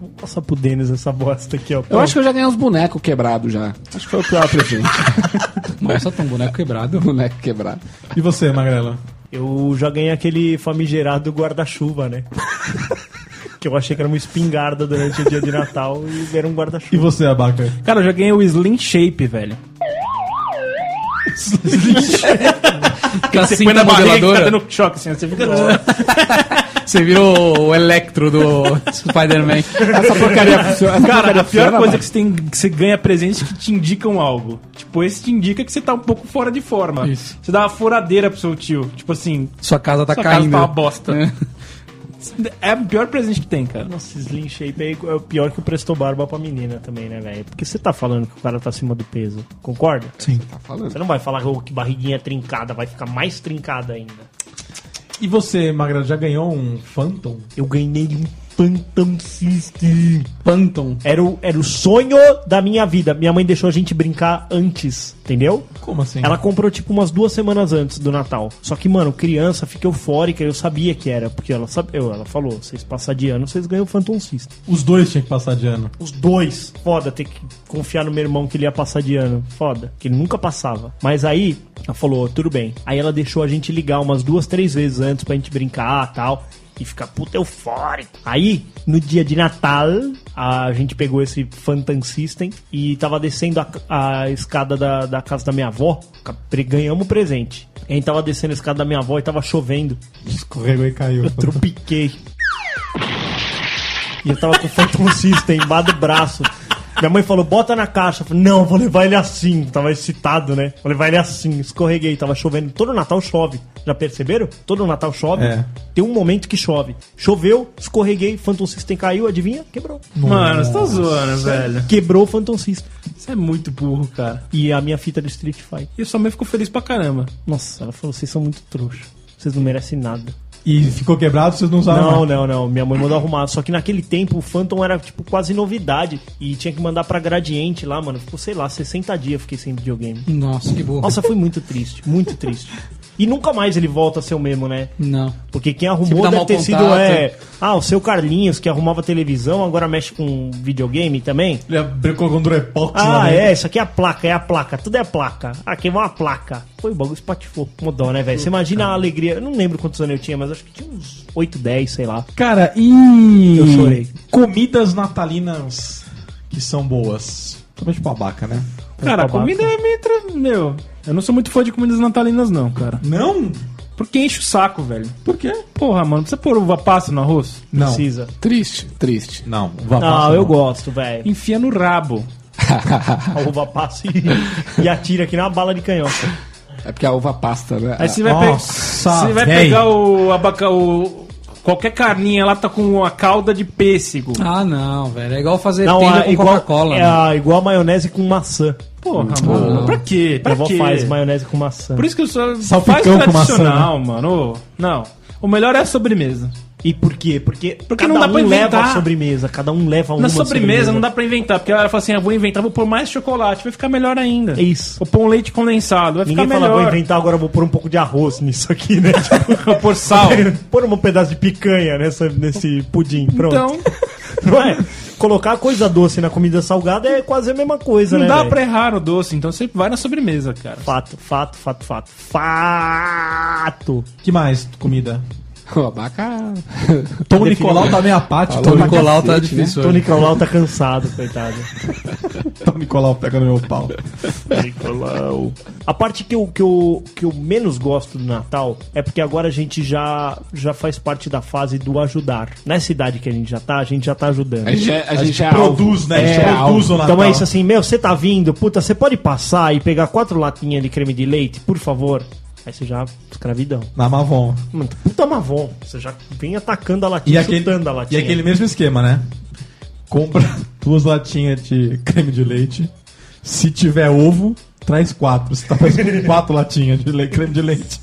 D: Vamos passar pro Denis essa bosta aqui, ó.
E: Eu acho que eu já ganhei uns bonecos quebrados já. Acho que foi o pior presente.
B: [laughs] Nossa, tá um boneco quebrado.
E: Boneco quebrado.
A: E você, Magrela?
D: Eu já ganhei aquele famigerado guarda-chuva, né? [laughs] que eu achei que era uma espingarda durante o dia de Natal e era um
A: E
D: guarda-chuva.
A: você, Abaca?
F: Cara, eu já ganhei o Slim
A: [laughs]
F: Shape, velho.
A: Tá
B: Aquela
F: Você põe
B: cinta
F: na barriga e fica
B: modeladora.
F: dando choque, assim, você fica...
B: Você virou o Electro do Spider-Man.
E: Essa porcaria funciona.
B: Tá
E: Essa
F: Cara,
E: porcaria funciona,
F: a pior coisa
B: é
E: mano.
F: que você, tem, que você ganha presentes que te indicam algo. Tipo, esse te indica que você tá um pouco fora de forma.
B: Isso.
F: Você dá uma furadeira pro seu tio. Tipo assim,
B: Sua casa tá
F: Sua casa
B: caindo.
F: tá uma bosta.
B: É.
F: é o pior presente que tem, cara.
D: Nossa, Slim Shape aí é o pior que o Prestou Barba pra menina também, né, velho? Porque você tá falando que o cara tá acima do peso, concorda?
A: Sim.
E: Tá falando.
D: Você não vai falar "Oh, que barriguinha trincada, vai ficar mais trincada ainda.
A: E você, Magrela, já ganhou um Phantom?
D: Eu ganhei um Phantom System.
B: Panton.
D: Era o, era o sonho da minha vida. Minha mãe deixou a gente brincar antes, entendeu?
A: Como assim?
D: Ela comprou tipo umas duas semanas antes do Natal. Só que, mano, criança fica eufórica, eu sabia que era, porque ela sabe, eu- ela falou, vocês passar de ano, vocês ganham o Phantom System.
A: Os dois tinham que passar de ano.
D: Os dois, foda, ter que confiar no meu irmão que ele ia passar de ano. Foda, que ele nunca passava. Mas aí, ela falou, tudo bem. Aí ela deixou a gente ligar umas duas, três vezes antes pra gente brincar e tal. E ficar puta eufórico. Aí, no dia de Natal, a gente pegou esse Phantom System e tava descendo a, a escada da, da casa da minha avó. Ca- pre- Ganhamos o presente. A gente tava descendo a escada da minha avó e tava chovendo.
A: Escorregou e caiu.
D: Eu tropiquei. E eu tava com o Phantom System embaixo do braço. Minha mãe falou, bota na caixa. Eu falei, não, vou levar ele assim. Tava excitado, né? Vou levar ele assim. Escorreguei, tava chovendo. Todo Natal chove. Já perceberam? Todo Natal chove.
A: É.
D: Tem um momento que chove. Choveu, escorreguei, Phantom System caiu, adivinha? Quebrou.
F: Mano, você tá zoando, velho.
D: Quebrou o Phantom System.
F: Você é muito burro, cara.
D: E a minha fita de Street Fighter.
F: E sua mãe ficou feliz pra caramba.
D: Nossa, ela falou, vocês são muito trouxa. Vocês não merecem nada.
A: E ficou quebrado, vocês não usaram
D: Não,
A: mais.
D: não, não. Minha mãe mandou arrumar. Só que naquele tempo o Phantom era, tipo, quase novidade. E tinha que mandar pra Gradiente lá, mano. Ficou, sei lá, 60 dias eu fiquei sem videogame.
B: Nossa, que burro.
D: Nossa, foi muito triste. Muito triste. E nunca mais ele volta a ser o mesmo, né?
B: Não.
D: Porque quem
B: Sempre
D: arrumou
B: dá
D: deve
B: mau
D: ter sido.
B: contato.
D: É, ah, o seu Carlinhos, que arrumava televisão, agora mexe com videogame também.
A: Ele abriu com um Durepox lá
D: Ah,
A: dentro.
D: é, isso aqui é a placa, é a placa, tudo é placa. Ah, queimou a placa. Foi o bagulho espatifou. Mudou, né, velho? Você imagina a alegria. Eu não lembro quantos anos eu tinha, mas acho que tinha uns 8, 10, sei lá.
A: Cara, e.
D: Eu chorei.
A: Comidas natalinas que são boas. Principalmente pro abaca, né?
F: Cara, a
D: babaca.
F: comida é meio... tra- Meu, eu não sou muito fã de comidas natalinas, não, cara.
A: Não?
F: Porque enche o saco, velho.
A: Por quê?
F: Porra, mano, precisa pôr uva passa no arroz?
A: Não.
D: Precisa.
E: Triste, triste.
A: Não, uva
D: Não, eu gosto,
F: [laughs]
D: velho.
F: Enfia no rabo.
D: A uva passa e, e atira aqui na bala de canhão.
E: É porque a uva pasta, né?
F: Aí você vai, pe-
A: Nossa,
F: você vai
A: véi.
F: pegar o abaca... O... Qualquer carninha lá tá com a calda de pêssego.
B: Ah, não, velho. É igual fazer
D: Não,
B: tenda
D: é
B: com
D: igual,
B: Coca-Cola.
D: é
B: né?
D: a- igual a maionese com maçã.
F: Porra, mano. Hum. Pra quê?
D: Minha
F: Pra
D: avó
F: quê?
D: faz maionese com maçã.
F: Por isso que eu sou
A: Salpicão
F: faz
A: com maçã, né?
F: tradicional, mano. Ô, Não. O melhor é a sobremesa.
D: E por quê? Porque,
F: Porque
D: cada
F: não dá
D: um
F: pra
D: leva
F: inventar.
D: a sobremesa, cada um leva uma
F: Na sobremesa, não dá pra inventar, porque a galera fala
B: "Ah,
F: assim: eu vou inventar, vou pôr mais chocolate, vai ficar melhor ainda.
D: É isso.
F: Vou pôr um leite condensado, vai
D: Ninguém
F: ficar
D: fala,
F: melhor.
D: vou inventar, agora eu vou pôr um pouco de arroz nisso aqui,
F: [laughs]
D: né?
F: Vou pôr [laughs] sal.
D: [laughs] pôr um pedaço de picanha nessa, nesse pudim, pronto.
F: Então,
D: [laughs] Não é? Colocar coisa doce na comida salgada é quase a mesma coisa,
F: não
D: né?
F: dá
D: velho?
B: É
F: pra errar no doce, então você vai na sobremesa, cara.
D: Fato, fato, fato, fato. Fato.
A: Que mais comida?
E: Ô, bacana.
A: Tom Nicolau tá meio apático.
B: Tom
A: Tom,
B: Nicolau tá difícil.
D: Tony Crowlau tá cansado, coitado.
A: Tom Nicolau pega no meu pau.
D: Nicolau. A parte que eu, que, eu, que eu menos gosto do Natal é porque agora a gente já, já faz parte da fase do ajudar. Nessa idade que a gente já tá, a gente já tá ajudando.
E: A gente, é- a gente é
A: Produz,
E: alvo.
A: né? Eles
E: É,
A: produzem o Natal.
D: Então é isso assim, meu, você tá vindo, puta, você pode passar e pegar quatro latinhas de creme de leite, por favor? Aí você já, escravidão.
A: Na Mavon.
D: Mano, puta mavon. Você já vem atacando a
A: E
D: latinha,
A: aquele,
D: chutando a latinha.
A: e aquele mesmo esquema, né? Compra [laughs] duas latinhas de creme de leite. Se tiver ovo, traz quatro. Você tá
D: [laughs]
A: fazendo quatro latinhas de le- creme de leite.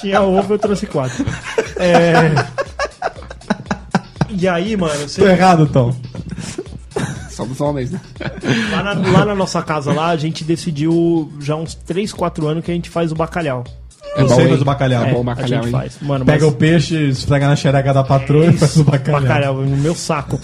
D: Tinha ovo, eu trouxe quatro. É...
A: [laughs]
D: E aí, mano,
A: Tô
D: você,
A: errado, Tom.
E: Só dos homens, né?
D: lá, na, lá na nossa casa lá, a gente decidiu já há uns 3, 4 anos que a gente faz o bacalhau.
E: É
A: sei,
E: hein?
A: mas o bacalhau.
E: É,
D: É,
E: bom o
D: a
E: bacalhau,
D: gente
E: hein?
D: faz. Mano,
A: Pega
D: mas-
A: o peixe, esfrega na xereca da patroa e faz o [laughs] bacalhau.
D: bacalhau no meu saco.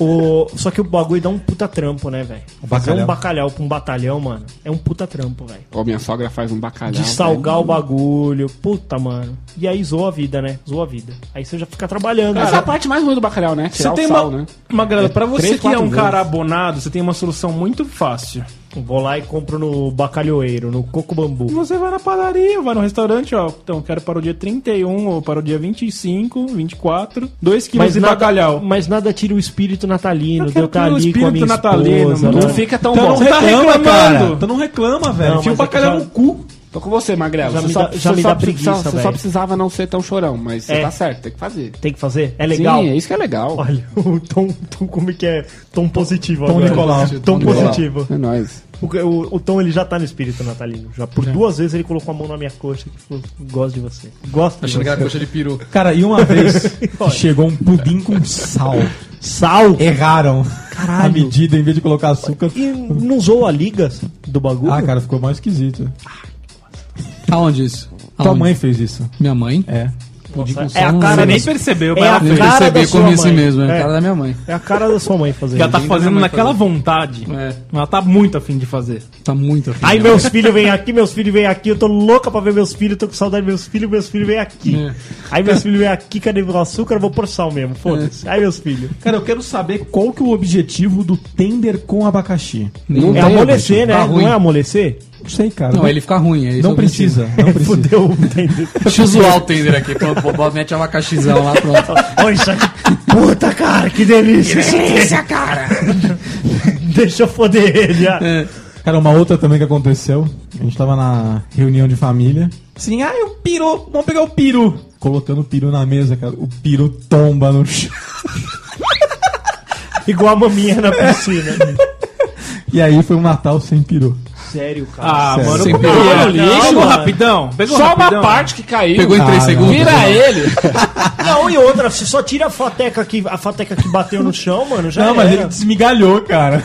D: O... Só que o bagulho dá um puta trampo, né, velho? Fazer
A: bacalhau.
D: um bacalhau pra um batalhão, mano, é um puta trampo, velho.
E: Ô, minha sogra faz um bacalhau.
D: De salgar
E: velho.
D: o bagulho, puta, mano. E aí zoou a vida, né? Zoou a vida. Aí você já fica trabalhando.
E: Essa é a
D: Cara,
E: parte mais ruim do bacalhau, né?
F: Você
E: Tirar
F: tem
E: o sal,
F: uma.
E: né?
F: Uma galera, pra você
E: três,
F: que é um
E: quatro
F: cara
E: vezes.
F: abonado, você tem uma solução muito fácil.
D: Vou lá e compro no bacalhoeiro, no coco bambu.
F: Você vai na padaria, vai no restaurante, ó. Então, quero para o dia 31 ou para o dia 25, 24. 2 quilos
D: Mas
F: de
D: nada,
F: bacalhau.
D: mas nada tira o espírito natalino.
F: Eu
D: de Eu
F: quero
D: estar
F: pelo
D: ali com a
F: espírito
D: minha
F: natalino,
D: esposa.
F: mano.
D: né?
E: Não fica tão
F: Então
E: bom.
F: não reclamando.
A: Então não reclama, velho.
D: Não,
A: Enfia o
D: mas é que
A: bacalhau
D: já-
A: no cu.
E: Tô com você, Magrelo.
D: Já
E: Você
D: me
E: só-
D: dá- já
E: você
D: me
E: só
D: dá
E: precisa-
D: preguiça,
E: Você só
D: velho.
E: precisava não ser tão chorão, mas você
D: É.
E: tá certo, tem que fazer.
D: Tem que fazer? É legal?
E: Sim, é isso que é legal.
D: Olha, [laughs] o tom, tom, como é que é? Tom positivo
A: Tom
D: agora.
A: Nicolau.
D: Tom positivo.
E: É nóis.
D: O, o- o Tom, ele já tá no espírito natalino. Já por duas vezes ele colocou a mão na minha coxa e falou, gosto de você. Gosto de
B: Achando que
D: você.
B: era coxa de peru.
A: Cara, e uma [laughs] vez que chegou um pudim com sal.
D: Sal!
A: Erraram a medida, em vez de colocar açúcar.
D: E não zoou a liga do bagulho?
A: Ah, cara, ficou mais esquisito.
B: Aonde isso?
A: Tua
B: Aonde?
A: mãe fez isso.
B: Minha mãe?
A: É.
B: Pudim com
D: é a
B: sal,
D: cara
B: não,
F: Nem
D: desse-
F: percebeu,
D: É
F: mas ela
D: a
B: Eu
F: fez.
D: cara da
B: percebi, eu
D: sua
B: comi assim
D: mãe.
B: mesmo, é
D: É.
B: a cara da minha mãe.
D: É a cara da sua mãe fazer
F: Ela
D: isso.
F: tá fazendo naquela vontade.
B: É.
F: Ela tá muito afim de fazer.
B: Tá muito afim.
D: Ai,
B: né?
D: meus filhos vêm aqui, meus filhos vêm aqui, eu tô louca pra ver meus filhos, tô com saudade de meus filhos, meus filhos vêm aqui.
B: É.
D: Aí meus filhos vêm aqui, cadê meu açúcar? Eu vou pôr sal mesmo, foda-se.
A: É.
D: Ai, meus filhos.
A: Cara, eu quero saber qual que é o objetivo do tender com abacaxi.
B: Não
D: É
B: tem,
D: amolecer,
B: Alberto.
D: né?
B: Tá ruim.
D: Não é amolecer?
A: Não sei, cara.
B: Não, ele fica ruim, é isso.
A: não precisa, não precisa.
D: Fudeu, entendeu?
B: [laughs] Deixa eu zoar o Tender aqui. Pronto, pô, bota- mete abacaxizão lá, [laughs] pronto.
D: Olha isso aqui. Puta, cara, que delícia. Que delícia, cara. Deixa eu foder ele. ah.
B: É.
A: Cara, uma outra também que aconteceu. A gente tava na reunião de família. Sim, ah, o peru, vamos pegar o peru. Colocando o peru na mesa, cara. O peru tomba no chão.
D: Igual a maminha na piscina.
A: E aí foi um Natal sem peru.
D: Sério, cara.
F: Ah,
A: Sério.
F: mano,
A: Sem
F: pegou
E: pegar.
F: o
D: Não,
F: lixo. Pegou
D: mano.
F: rapidão. Pegou
E: Só
F: rapidão.
E: uma parte que caiu.
B: Pegou em três
A: Ah, não.
B: segundos. [laughs]
E: Vira ele.
D: Não, e outra, você só tira a fateca que, a fateca que bateu no chão, mano, já
A: Não, mas
D: era.
A: ele desmigalhou, cara.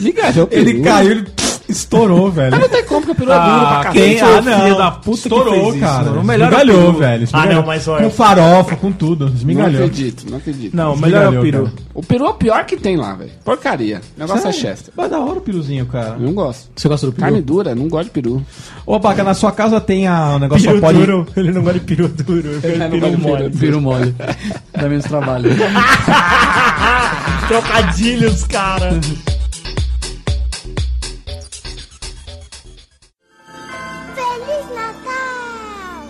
E: Liga, já o
A: Ele
E: peru.
A: caiu, ele pff, estourou, velho.
E: Mas não tem como que o peru é duro pra
F: Ah,
E: cacete.
F: quem
A: Tem, ah,
F: foi o
A: não.
F: filho da puta
A: Estourou,
F: que fez isso?
A: cara.
F: mano? O melhor é o
A: Esmigalhou,
F: peru.
A: velho. Esmigalhou.
D: não, mas olha-
A: Com farofa, com tudo.
E: Não
A: Esmigalhou.
E: acredito, não acredito.
F: Não, o melhor é o
A: Esmigalhou,
F: peru.
A: cara.
E: O peru é o pior que tem lá, velho. Porcaria. O negócio é
A: Sério?
E: Chester.
A: Mas da hora o peruzinho, cara.
E: Eu não gosto.
B: Você gosta do peru?
E: Carne dura, não gosto de peru.
A: Ô, Baca, na sua casa tem a, o negócio
D: Peru
A: só pode...
D: duro. Ele não gosta de peru duro. Ele
E: É,
D: gosta
E: não
D: de
E: gosto
D: peru
E: de
D: mole.
B: Peru mole. Dá menos trabalho.
D: Trocadilhos, cara.
I: Feliz Natal!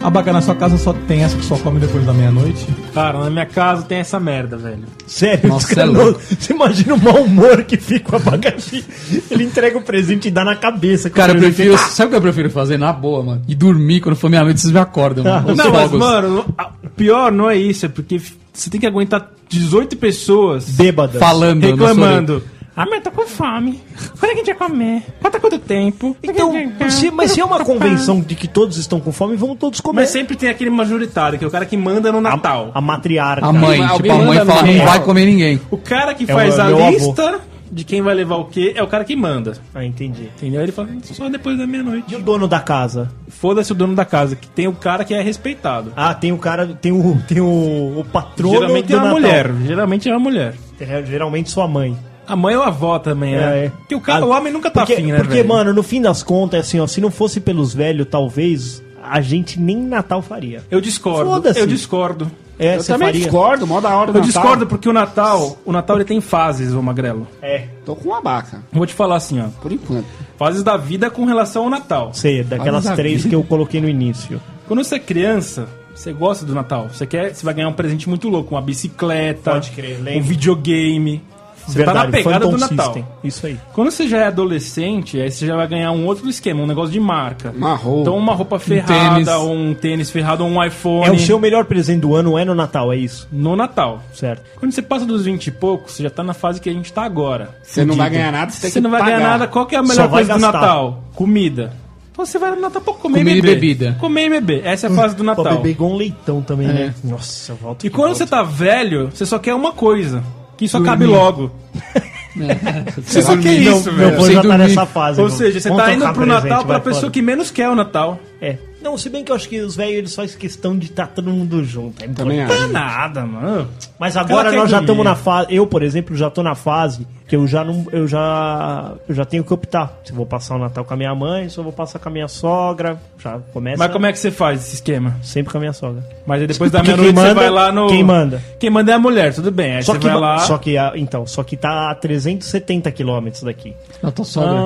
A: A Baca, na sua casa só tem essa que só come depois da meia-noite?
F: Cara, na minha casa tem essa merda, velho.
D: Sério,
B: Nossa,
D: os caras
B: é
D: não-
B: louco.
D: [laughs] Você imagina o mau humor que fica o abacaxi. Ele entrega o presente e dá na cabeça. que o
B: Cara, eu
D: presente-
B: prefiro. Sabe o que eu prefiro fazer? Na boa, mano. E dormir quando for meia noite, vocês me acordam, mano. Os
F: Não, mas,
B: fogos.
F: mano, a- pior não é isso, é porque f- Você tem que aguentar 18 pessoas
D: bêbadas
F: falando,
B: né,
D: reclamando.
F: reclamando. Ah, mas eu tô com fome. Quando é que a gente vai comer? Falta quanto tempo? é
D: Então, se- mas se é uma convenção de que todos estão com fome, vamos todos comer.
F: Mas sempre tem aquele majoritário, que é o cara que manda no Natal.
D: A matriarca.
B: A mãe,
F: Alguém
B: tipo, a mãe
F: manda
B: fala,
F: no
B: não
F: Natal.
B: vai comer ninguém.
F: O cara que
D: É o
F: faz a
D: meu avô.
F: lista de quem vai levar o quê é o cara que manda.
D: Ah, entendi.
F: Entendeu? Ele fala, só depois da meia-noite.
D: E o dono da casa?
F: Foda-se o dono da casa, que tem o cara que é respeitado.
D: Ah, tem o cara, tem o, [laughs] tem o, o patrono
F: Geralmente
D: do
F: é uma
D: Natal.
F: mulher. Geralmente é uma mulher.
D: É, Geralmente sua mãe.
F: A mãe ou a avó também, né?
D: É, é.
F: Porque o, cara,
D: Ah,
F: o homem nunca tá
D: porque,
F: afim, né,
D: Porque,
F: velho?
D: mano, no fim das contas, assim, ó, se não fosse pelos velhos, talvez a gente nem Natal faria.
F: Eu discordo.
D: Foda-se.
F: Eu discordo.
A: Tá
D: É,
E: Eu
D: você
E: também
D: faria.
E: discordo, mó da hora do
F: Eu
E: Natal.
F: discordo porque o Natal, o Natal ele tem fases, ô Magrelo.
D: É,
E: Tô com uma vaca,
F: Vou te falar assim, ó.
E: por enquanto.
F: Fases da vida com relação ao Natal.
D: sei, daquelas
E: Fala da
D: três
E: vida.
D: que eu coloquei no início.
F: Quando você é criança, você gosta do Natal. Você quer, você vai ganhar um presente muito louco, uma bicicleta,
D: Pode crer,
F: um
D: lembro.
F: videogame. Você tá na pegada
D: Phantom
F: do Natal.
D: System. Isso aí.
F: Quando você já é adolescente, aí você já vai ganhar um outro esquema, um negócio de marca.
E: Uma roupa. um
F: Então uma roupa ferrada,
B: tênis.
F: ou um tênis ferrado, ou um iPhone.
D: É o seu melhor presente do ano, é no Natal, é isso?
F: No Natal.
D: Certo.
F: Quando você passa dos 20 e poucos, você já tá na fase que a gente tá agora.
E: Você não vai ganhar nada, você tem
F: Você
E: que
F: não vai
E: pagar.
F: ganhar nada. Qual que é a
D: Só
F: melhor
D: vai
F: coisa do
D: gastar.
F: Natal? Comida. Então você vai no Natal pra comer
B: Comida
F: e
B: e
F: beber.
B: bebida.
F: Comer e beber. Essa é a fase do
D: Pô,
F: Natal. É.
D: bebê igual um leitão também, né? Nossa, volta.
F: E quando você tá velho, você só quer uma coisa. Que isso acabe logo.
E: É.
F: [laughs] Você só quer isso,
D: Meu
F: velho.
D: avô
B: Sem
D: já tá
B: dormir.
D: nessa fase.
F: Ou
D: meu.
F: seja, você
D: Vamos
F: tá
D: trocar
F: indo pro
D: presente,
F: Natal
D: vai
F: pra pessoa
D: fora.
F: que menos quer o Natal.
D: É. Não, se bem que eu acho que os velhos eles fazem questão de estar todo mundo junto. É
E: Também
D: importante.
F: Tá
E: acho.
F: nada, mano.
D: Mas agora
F: quer
D: nós já
F: dormir.
D: estamos na fase. Eu, por exemplo, já tô na fase que eu já não. Eu já. Eu já tenho que optar. Se eu vou passar o Natal com a minha mãe, se eu vou passar com a minha sogra. Já começa.
F: Mas como é que você faz esse esquema?
D: Sempre com a minha sogra.
F: Mas aí depois da
D: Porque
F: meia-noite
D: quem
F: você
D: manda-
F: vai lá no.
D: quem manda?
F: Quem manda é a mulher, tudo bem. Aí
D: Só
F: você
D: que,
F: vai lá.
D: só que a- então, só que tá a 370 quilômetros daqui.
B: Não, tô sobra.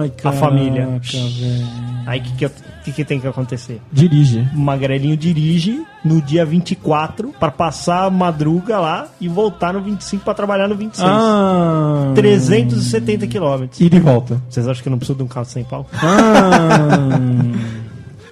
F: Ai,
D: A
F: caraca,
D: família.
F: velho.
D: Aí o que, que, eu- que que tem que acontecer?
A: Dirige.
D: O Magrelinho dirige no dia 24 pra passar a madruga lá e voltar no 25 pra trabalhar no 26.
F: Ah,
D: 370 quilômetros.
A: Ida e volta.
D: Vocês acham que eu não preciso de um carro sem pau?
F: [laughs]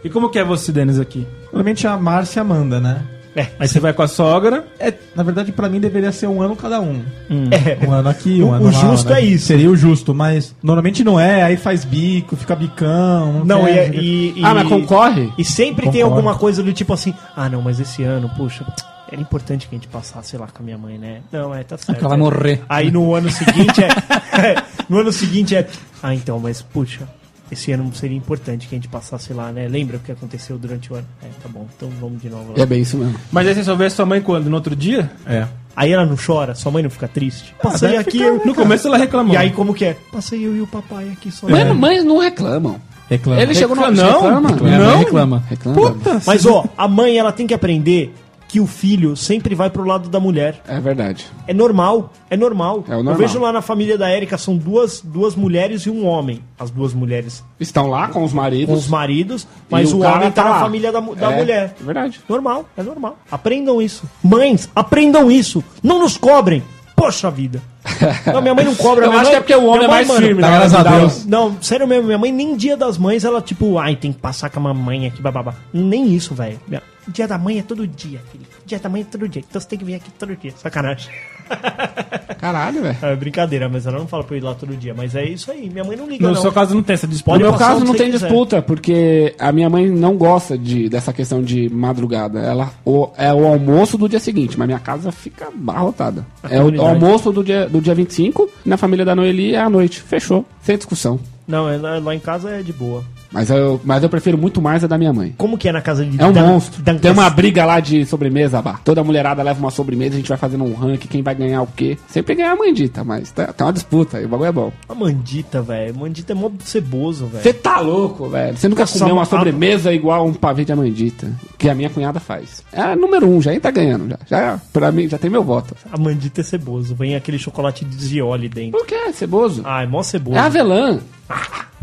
F: E como que é você, Denis, aqui?
A: Normalmente a Márcia manda, né?
D: É,
F: Aí você vai com a sogra.
A: É, na verdade, pra mim deveria ser um ano cada um.
D: É.
A: Um ano aqui, um
D: O-
A: ano
D: o
A: lá,
D: justo
A: né?
D: é isso.
A: Seria o justo, mas normalmente não é. Aí faz bico, fica bicão.
D: [laughs]
A: [laughs]
D: Não,
A: quer,
D: e, é-
A: fica-
D: e, e-
E: Ah, mas concorre?
D: E sempre tem
A: Concordo.
D: alguma coisa do tipo assim: ah, não, mas esse ano, puxa, era importante que a gente passasse lá com a minha mãe, né? Não, é, tá certo.
B: Ela vai morrer.
D: Aí no ano seguinte é. [laughs] no ano seguinte é. Ah, então, mas puxa, esse ano seria importante que a gente passasse lá, né? Lembra o que aconteceu durante o ano? É, tá bom, então vamos de novo lá.
E: É bem isso mesmo.
F: Mas aí você só vê sua mãe quando? No outro dia?
A: É.
D: Aí ela não chora, sua mãe não fica triste. Ah, né? Passei aqui. eu-
F: No começo ela reclamou.
D: E aí como que é? Passei eu e o papai aqui só.
E: Mães mãe não reclamam.
A: Reclama.
E: Ele chegou no...
F: Reclama,
E: Reclama?
B: Minha mãe
E: Não.
B: reclama.
E: Reclama. Puta.
D: Mas ó, a mãe ela tem que aprender que o filho sempre vai pro lado da mulher.
E: É verdade.
D: É normal, é normal.
E: É o normal.
D: Eu vejo lá na família da Érica, são duas, duas mulheres e um homem. As duas mulheres
E: Estão lá com os
D: com os
E: maridos.
D: maridos, mas
E: e
D: o,
E: cara
D: homem tá, na
E: lá.
D: família da, mu- da
E: É,
D: mulher.
E: É verdade.
D: Normal, é normal. Aprendam isso. Mães, aprendam isso. Não nos cobrem. Poxa
E: [laughs]
D: vida. Não, minha mãe não cobra.
E: Eu
D: minha
E: acho
D: mãe-
E: que é porque o homem
D: minha
E: é
D: mãe,
E: mais firme,
D: Não,
E: né?
A: Graças a
D: não,
A: Deus.
D: Não, sério mesmo, minha mãe nem dia das mães, ela tipo, ai, tem que passar com a mamãe aqui, bababá. Nem isso, velho. Minha- Dia da mãe é todo dia, filho. Dia da mãe é todo dia. Então você tem que vir aqui todo dia. Sacanagem.
E: Caralho, velho.
D: É brincadeira, mas ela não fala pra eu ir lá todo dia. Mas é isso aí, minha mãe não liga,
F: No
D: não.
F: seu caso não tem essa disputa.
E: No
D: Pode
E: meu
D: passar
E: caso
D: onde
E: não
D: você
E: tem
D: quiser.
E: disputa, porque a minha mãe não gosta de, dessa questão de madrugada. Ela o- é o almoço do dia seguinte, mas minha casa fica abarrotada. É o,
D: comunidade.
E: almoço do dia, do dia 25, na família da Noeli é à noite. Fechou, sem discussão.
D: Não, é lá, lá em casa é de boa.
E: Mas eu, mas eu prefiro muito mais a da minha mãe.
D: Como que é na casa de
E: É um
D: Dan-
E: monstro.
D: Dan-
E: Tem uma briga lá de sobremesa, bah. Toda mulherada leva uma sobremesa, a gente vai fazendo um ranking, quem vai ganhar o quê. Sempre ganha a mandita, mas tá, tá uma disputa, e o bagulho é bom.
D: A mandita, velho. Mandita é mó ceboso, velho.
E: Você tá louco, velho. Você nunca
D: Nossa,
E: comeu uma
D: a-
E: sobremesa igual um pavê de amandita, que a minha cunhada faz. É a número um, já aí tá ganhando, já. Já, pra mim, já tem meu voto.
D: A mandita é ceboso. Vem aquele chocolate de zioli dentro.
E: Por que é ceboso?
D: Ah, é mó
E: é
D: ceboso.
E: avelã.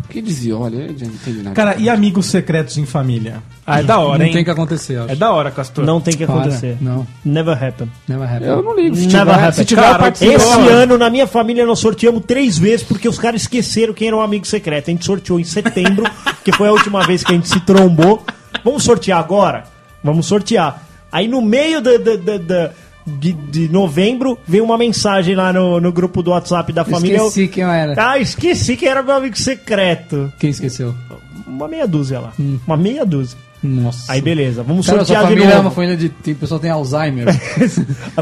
E: Que dizia, olha, eu já não entendi nada.
A: Cara, e amigos secretos em família?
F: Ah, é da hora,
B: Não
F: hein?
B: tem que acontecer, eu
F: É
B: acho.
F: da hora, Castor.
D: Não tem que acontecer.
B: não.
D: Never happen.
B: Never happen.
E: eu não ligo. Se tiver,
D: Never happen.
E: se tiver
F: Cara,
E: eu participo.
D: Esse ano, na minha família, nós sorteamos três vezes porque os caras esqueceram quem era o amigo secreto. A gente sorteou em
E: [laughs]
D: setembro, que foi a última vez que a gente se trombou. Vamos sortear agora? Vamos sortear. Aí no meio da, da, da- da- de, de novembro, veio uma mensagem lá no, no grupo do WhatsApp da família. é
B: Esqueci quem eu era.
D: Ah, esqueci que era meu amigo secreto.
B: Quem esqueceu?
D: Uma meia dúzia lá. Uma meia dúzia.
B: Nossa.
D: Aí beleza, vamos
B: Cara, sua
D: sortear de
B: família é uma
D: novo.
B: família de. Tem, o pessoal tem Alzheimer.
D: Aí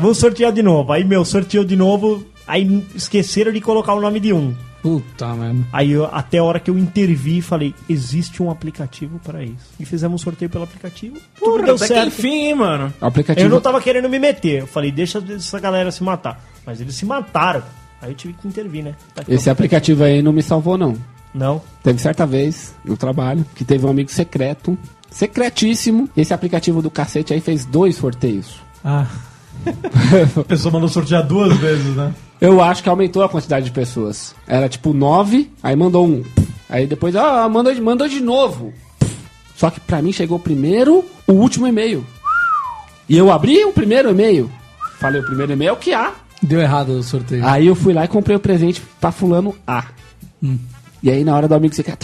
D: vamos sortear de novo. Aí meu, sorteou de novo. Aí esqueceram de colocar o nome de um.
B: Puta, mano.
D: Aí eu- até a hora que eu intervi, falei, existe um aplicativo para isso. E fizemos um sorteio pelo aplicativo. Tudo
F: Porra,
D: deu
F: até
D: certo.
F: que enfim, hein, mano.
D: Eu não tava querendo me meter. Eu falei, deixa essa galera se matar. Mas eles se mataram. Aí eu tive que intervir, né? Tá aqui
E: Esse
D: o
E: aplicativo aí não me salvou, não.
D: Não.
E: Teve certa vez no trabalho que teve um amigo secreto, secretíssimo. Esse aplicativo do cacete aí fez dois sorteios.
A: Ah. a pessoa mandou sortear duas vezes, né?
E: Eu acho que aumentou a quantidade de pessoas. Era tipo nove, aí mandou um. Aí depois, ah, mandou, de- mandou de novo. Só que pra mim chegou primeiro o último e-mail. E eu abri o primeiro e-mail. Falei, o primeiro e-mail é o que há.
B: Deu errado o sorteio.
E: Aí eu fui lá e comprei o presente pra fulano A. E aí na hora do amigo você quer.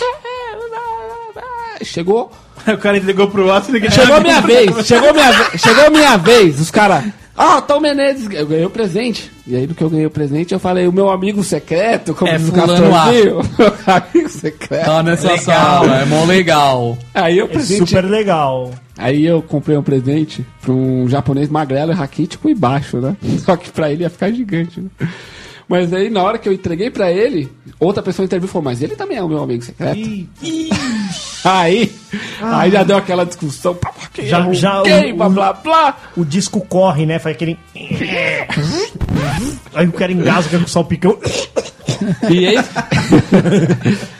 E: Chegou.
F: Aí [laughs] o cara entregou pro Watson e ninguém
E: Chegou minha vez, chegou minha vez, chegou minha vez. Os caras, ah, Tom Menezes, eu ganhei o presente. E aí, no que eu ganhei o presente, eu falei, o meu amigo secreto, como
B: É
E: diz o
B: fulano A.
E: Castorzinho, [laughs] meu amigo secreto.
B: Tá nessa sala, é mó legal.
E: Aí eu
D: É
E: presente-
D: super legal.
E: Aí eu comprei um presente pra um japonês magrelo, raquítico e baixo, né? [laughs] Só que pra ele ia ficar gigante, né? Mas aí, na hora que eu entreguei pra ele, outra pessoa interviu e falou, mas ele também é o meu amigo secreto. [laughs] Aí, aí já deu aquela discussão. pá, pá, quem é
D: Ah. Já,
E: o
D: já
E: quem,
D: o,
E: blá, blá, blá.
D: o disco corre, né? Faz aquele. Aí o cara engasga com o salpicão.
E: E eis,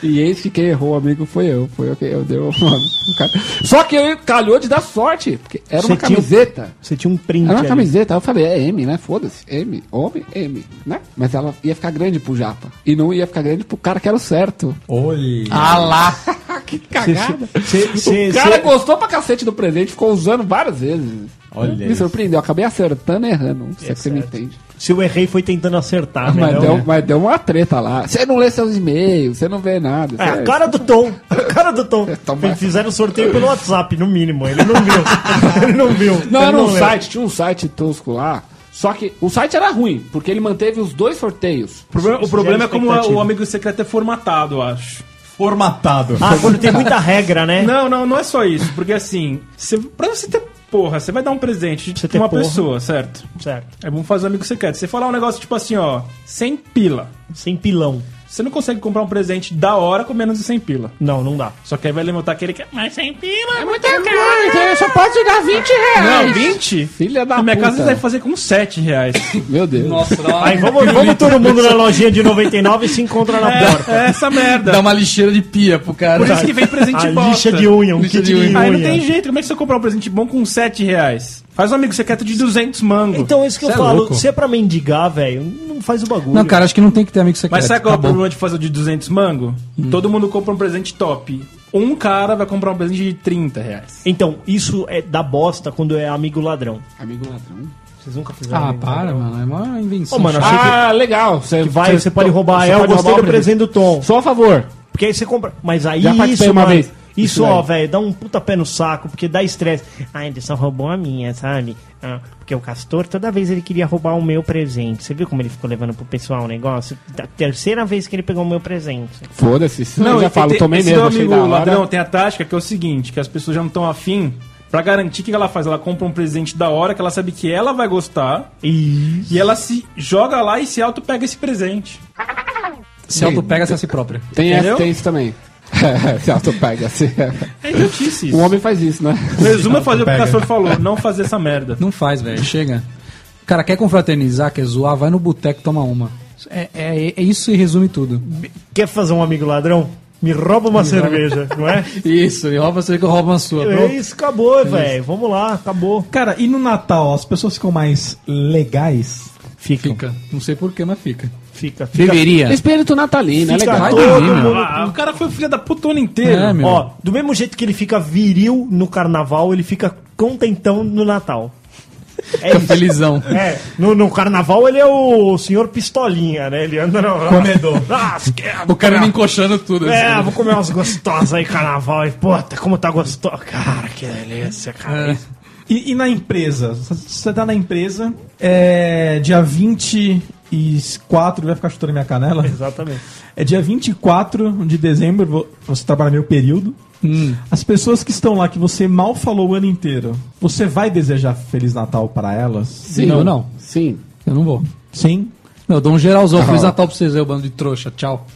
E: [laughs] e eis que quem errou o amigo foi eu. Foi eu que eu dei o [laughs] nome. pro cara. Só que eu calhou de dar sorte. Porque era uma
D: Você tinha-
E: camiseta.
D: Você tinha um print.
E: Era uma
D: ali.
E: camiseta. Aí eu falei, é M, né? Foda-se. M, homem, M, né? Mas ela ia ficar grande pro japa. E não ia ficar grande pro cara que era o certo.
A: Olha.
B: Ah lá.
E: [laughs] que cagada.
D: Cê- cê-
E: o cara
D: cê-
E: gostou pra cacete do presente, ficou usando várias vezes.
A: Olha
E: me
A: isso.
E: surpreendeu. Acabei acertando e errando. Não sei se você me entende.
D: Se eu errei, foi tentando acertar. né?
E: mas, é
D: Não,
E: deu,
D: né?
E: mas deu uma treta lá. Você não lê seus e-mails, você não vê nada.
D: É,
E: cê-
D: a cara do Tom. A cara do Tom.
E: Tomara.
D: Eles Fizeram um sorteio pelo WhatsApp, no mínimo. Ele não
E: [laughs]
D: viu. Ele não viu.
E: Não,
D: Ele
E: era um
D: leu.
E: site, tinha um site tosco lá. Só que o site era ruim, porque ele manteve os dois sorteios.
F: O problema, o
D: Isso
F: problema é
D: gera
F: como
D: expectativa.
F: o amigo secreto é formatado, eu acho.
A: Formatado.
D: Ah, quando tem muita regra, né?
F: Não, não, não é só isso. Porque assim, você, pra você ter porra, você vai dar um presente de
D: Você ter
F: uma
D: porra.
F: pessoa, certo?
D: Certo.
F: Aí vamos fazer um amigo secreto. Você falar um negócio tipo assim, ó, sem pila.
D: Sem pilão.
F: Você não consegue comprar um presente da hora com menos de 100 pila.
D: Não, não dá.
F: Só que aí vai levantar aquele que é mais 100 pila.
E: É muita coisa, eu só posso te dar 20 reais.
F: Não, 20?
E: Filha da
F: Na minha
E: puta.
F: casa você deve fazer com 7
D: [laughs]
F: reais.
E: Meu Deus.
B: Nossa, dá uma,
D: Aí vamos, vamos todo mundo na lojinha de 99 e se encontra na porta.
F: é, é essa merda.
B: dá uma lixeira de pia pro cara.
F: Por isso que vem presente
D: A
F: bosta.
D: lixa de unha, um
B: Lixa
D: kit de
B: de unha.
D: unha.
F: Aí não tem jeito, como é que você comprar um presente bom com 7 reais? Faz um amigo secreto de 200 mango.
D: Então, isso que
B: Cê
D: eu
B: é
D: falo,
B: louco.
D: se é pra mendigar, velho, não faz o bagulho.
B: Não, cara, acho que não tem que ter amigo secreto.
F: Mas sabe
E: tá
F: qual é o
B: Acabou.
F: problema de fazer o de 200 mango?
E: Hum.
F: Todo mundo compra um presente top. Um cara vai comprar um presente de 30 reais.
D: Então, isso é da bosta quando é amigo ladrão.
E: Amigo ladrão.
D: Vocês nunca fizeram
B: Ah,
D: amigo
B: para,
D: ladrão?
B: mano. É uma invenção.
D: Ô, mano, achei que,
E: Ah, legal. Você
D: que vai, você pode roubar.
E: você
D: É, eu
E: pode
D: gostei
E: roubar
D: do
E: o
D: presente do Tom.
E: Só a favor.
D: Porque aí você compra. Mas aí
E: Já
D: isso,
E: participei uma
D: mano,
E: vez.
D: Isso,
E: Isso
D: ó,
E: daí.
D: velho, dá um puta pé no saco, porque dá estresse. Ah, ele só roubou a minha, sabe? Ah, porque o Castor, toda vez ele queria roubar o meu presente. Você viu como ele ficou levando pro pessoal o negócio? Da terceira vez que ele pegou o meu presente.
E: Foda-se. Não, eu já
F: e
E: falo,
F: tem-
E: tomei
F: esse
E: mesmo,
F: meu
E: achei
F: amigo
E: da hora.
F: ladrão tem a tática que é o seguinte, que as pessoas já não estão afim. Pra garantir, o que ela faz? Ela compra um presente da hora que ela sabe que ela vai gostar.
D: Isso.
F: E ela se joga lá e se auto-pega esse presente.
B: Se auto-pega-se a si própria.
E: Tem, essa,
F: Entendeu?
E: tem isso também. [laughs] Se autopega. assim.
F: É idiotice
E: O
F: isso.
E: homem faz isso, né?
F: Resumo é fazer o que o
A: Auto-pega.
F: Castor falou, não fazer essa merda.
B: Não faz, velho. Chega. Cara, quer confraternizar, quer zoar, vai no boteco e toma uma. É, é, é isso e resume tudo.
D: Quer fazer um amigo ladrão? Me rouba uma cerveja, não
B: [laughs]
D: é?
B: Isso, e rouba você que rouba a sua.
D: É isso, acabou, velho. Vamos lá, acabou.
A: Cara, e no Natal, as pessoas ficam mais legais?
D: Fica.
B: Fica. Não sei porquê, mas fica.
D: Fica, fica.
B: Deveria.
E: É. Espírito natalino, é
D: Fica
E: legal.
B: Vai
D: todo
B: dormir,
D: mundo-
B: meu.
F: Ah, o cara foi o filho da puta o ano inteiro.
B: É, meu.
D: Ó, do mesmo jeito que ele fica viril no carnaval, ele fica contentão no Natal. É
B: Fica
D: isso.
B: felizão.
D: É, no, no carnaval ele é o senhor pistolinha, né? Ele anda no... Comedor. [laughs] Ah,
B: O cara me encoxando tudo.
D: É,
B: assim.
D: vou comer umas gostosas aí, carnaval. E, puta, como tá gostoso. Cara, que delícia, cara.
B: É.
A: E, e na empresa? Você tá na empresa, é dia 24, ele vai ficar chutando minha canela?
D: [laughs] Exatamente.
A: É dia 24 de dezembro, vo- você trabalha meio período.
D: Hum.
A: As pessoas que estão lá que você mal falou o ano inteiro, você vai desejar Feliz Natal pra elas?
B: Sim ou não?
E: Sim.
B: Eu não vou.
A: Sim?
B: Eu dou um geralzão.
E: Ah.
B: Feliz Natal pra vocês aí, o bando de trouxa. Tchau.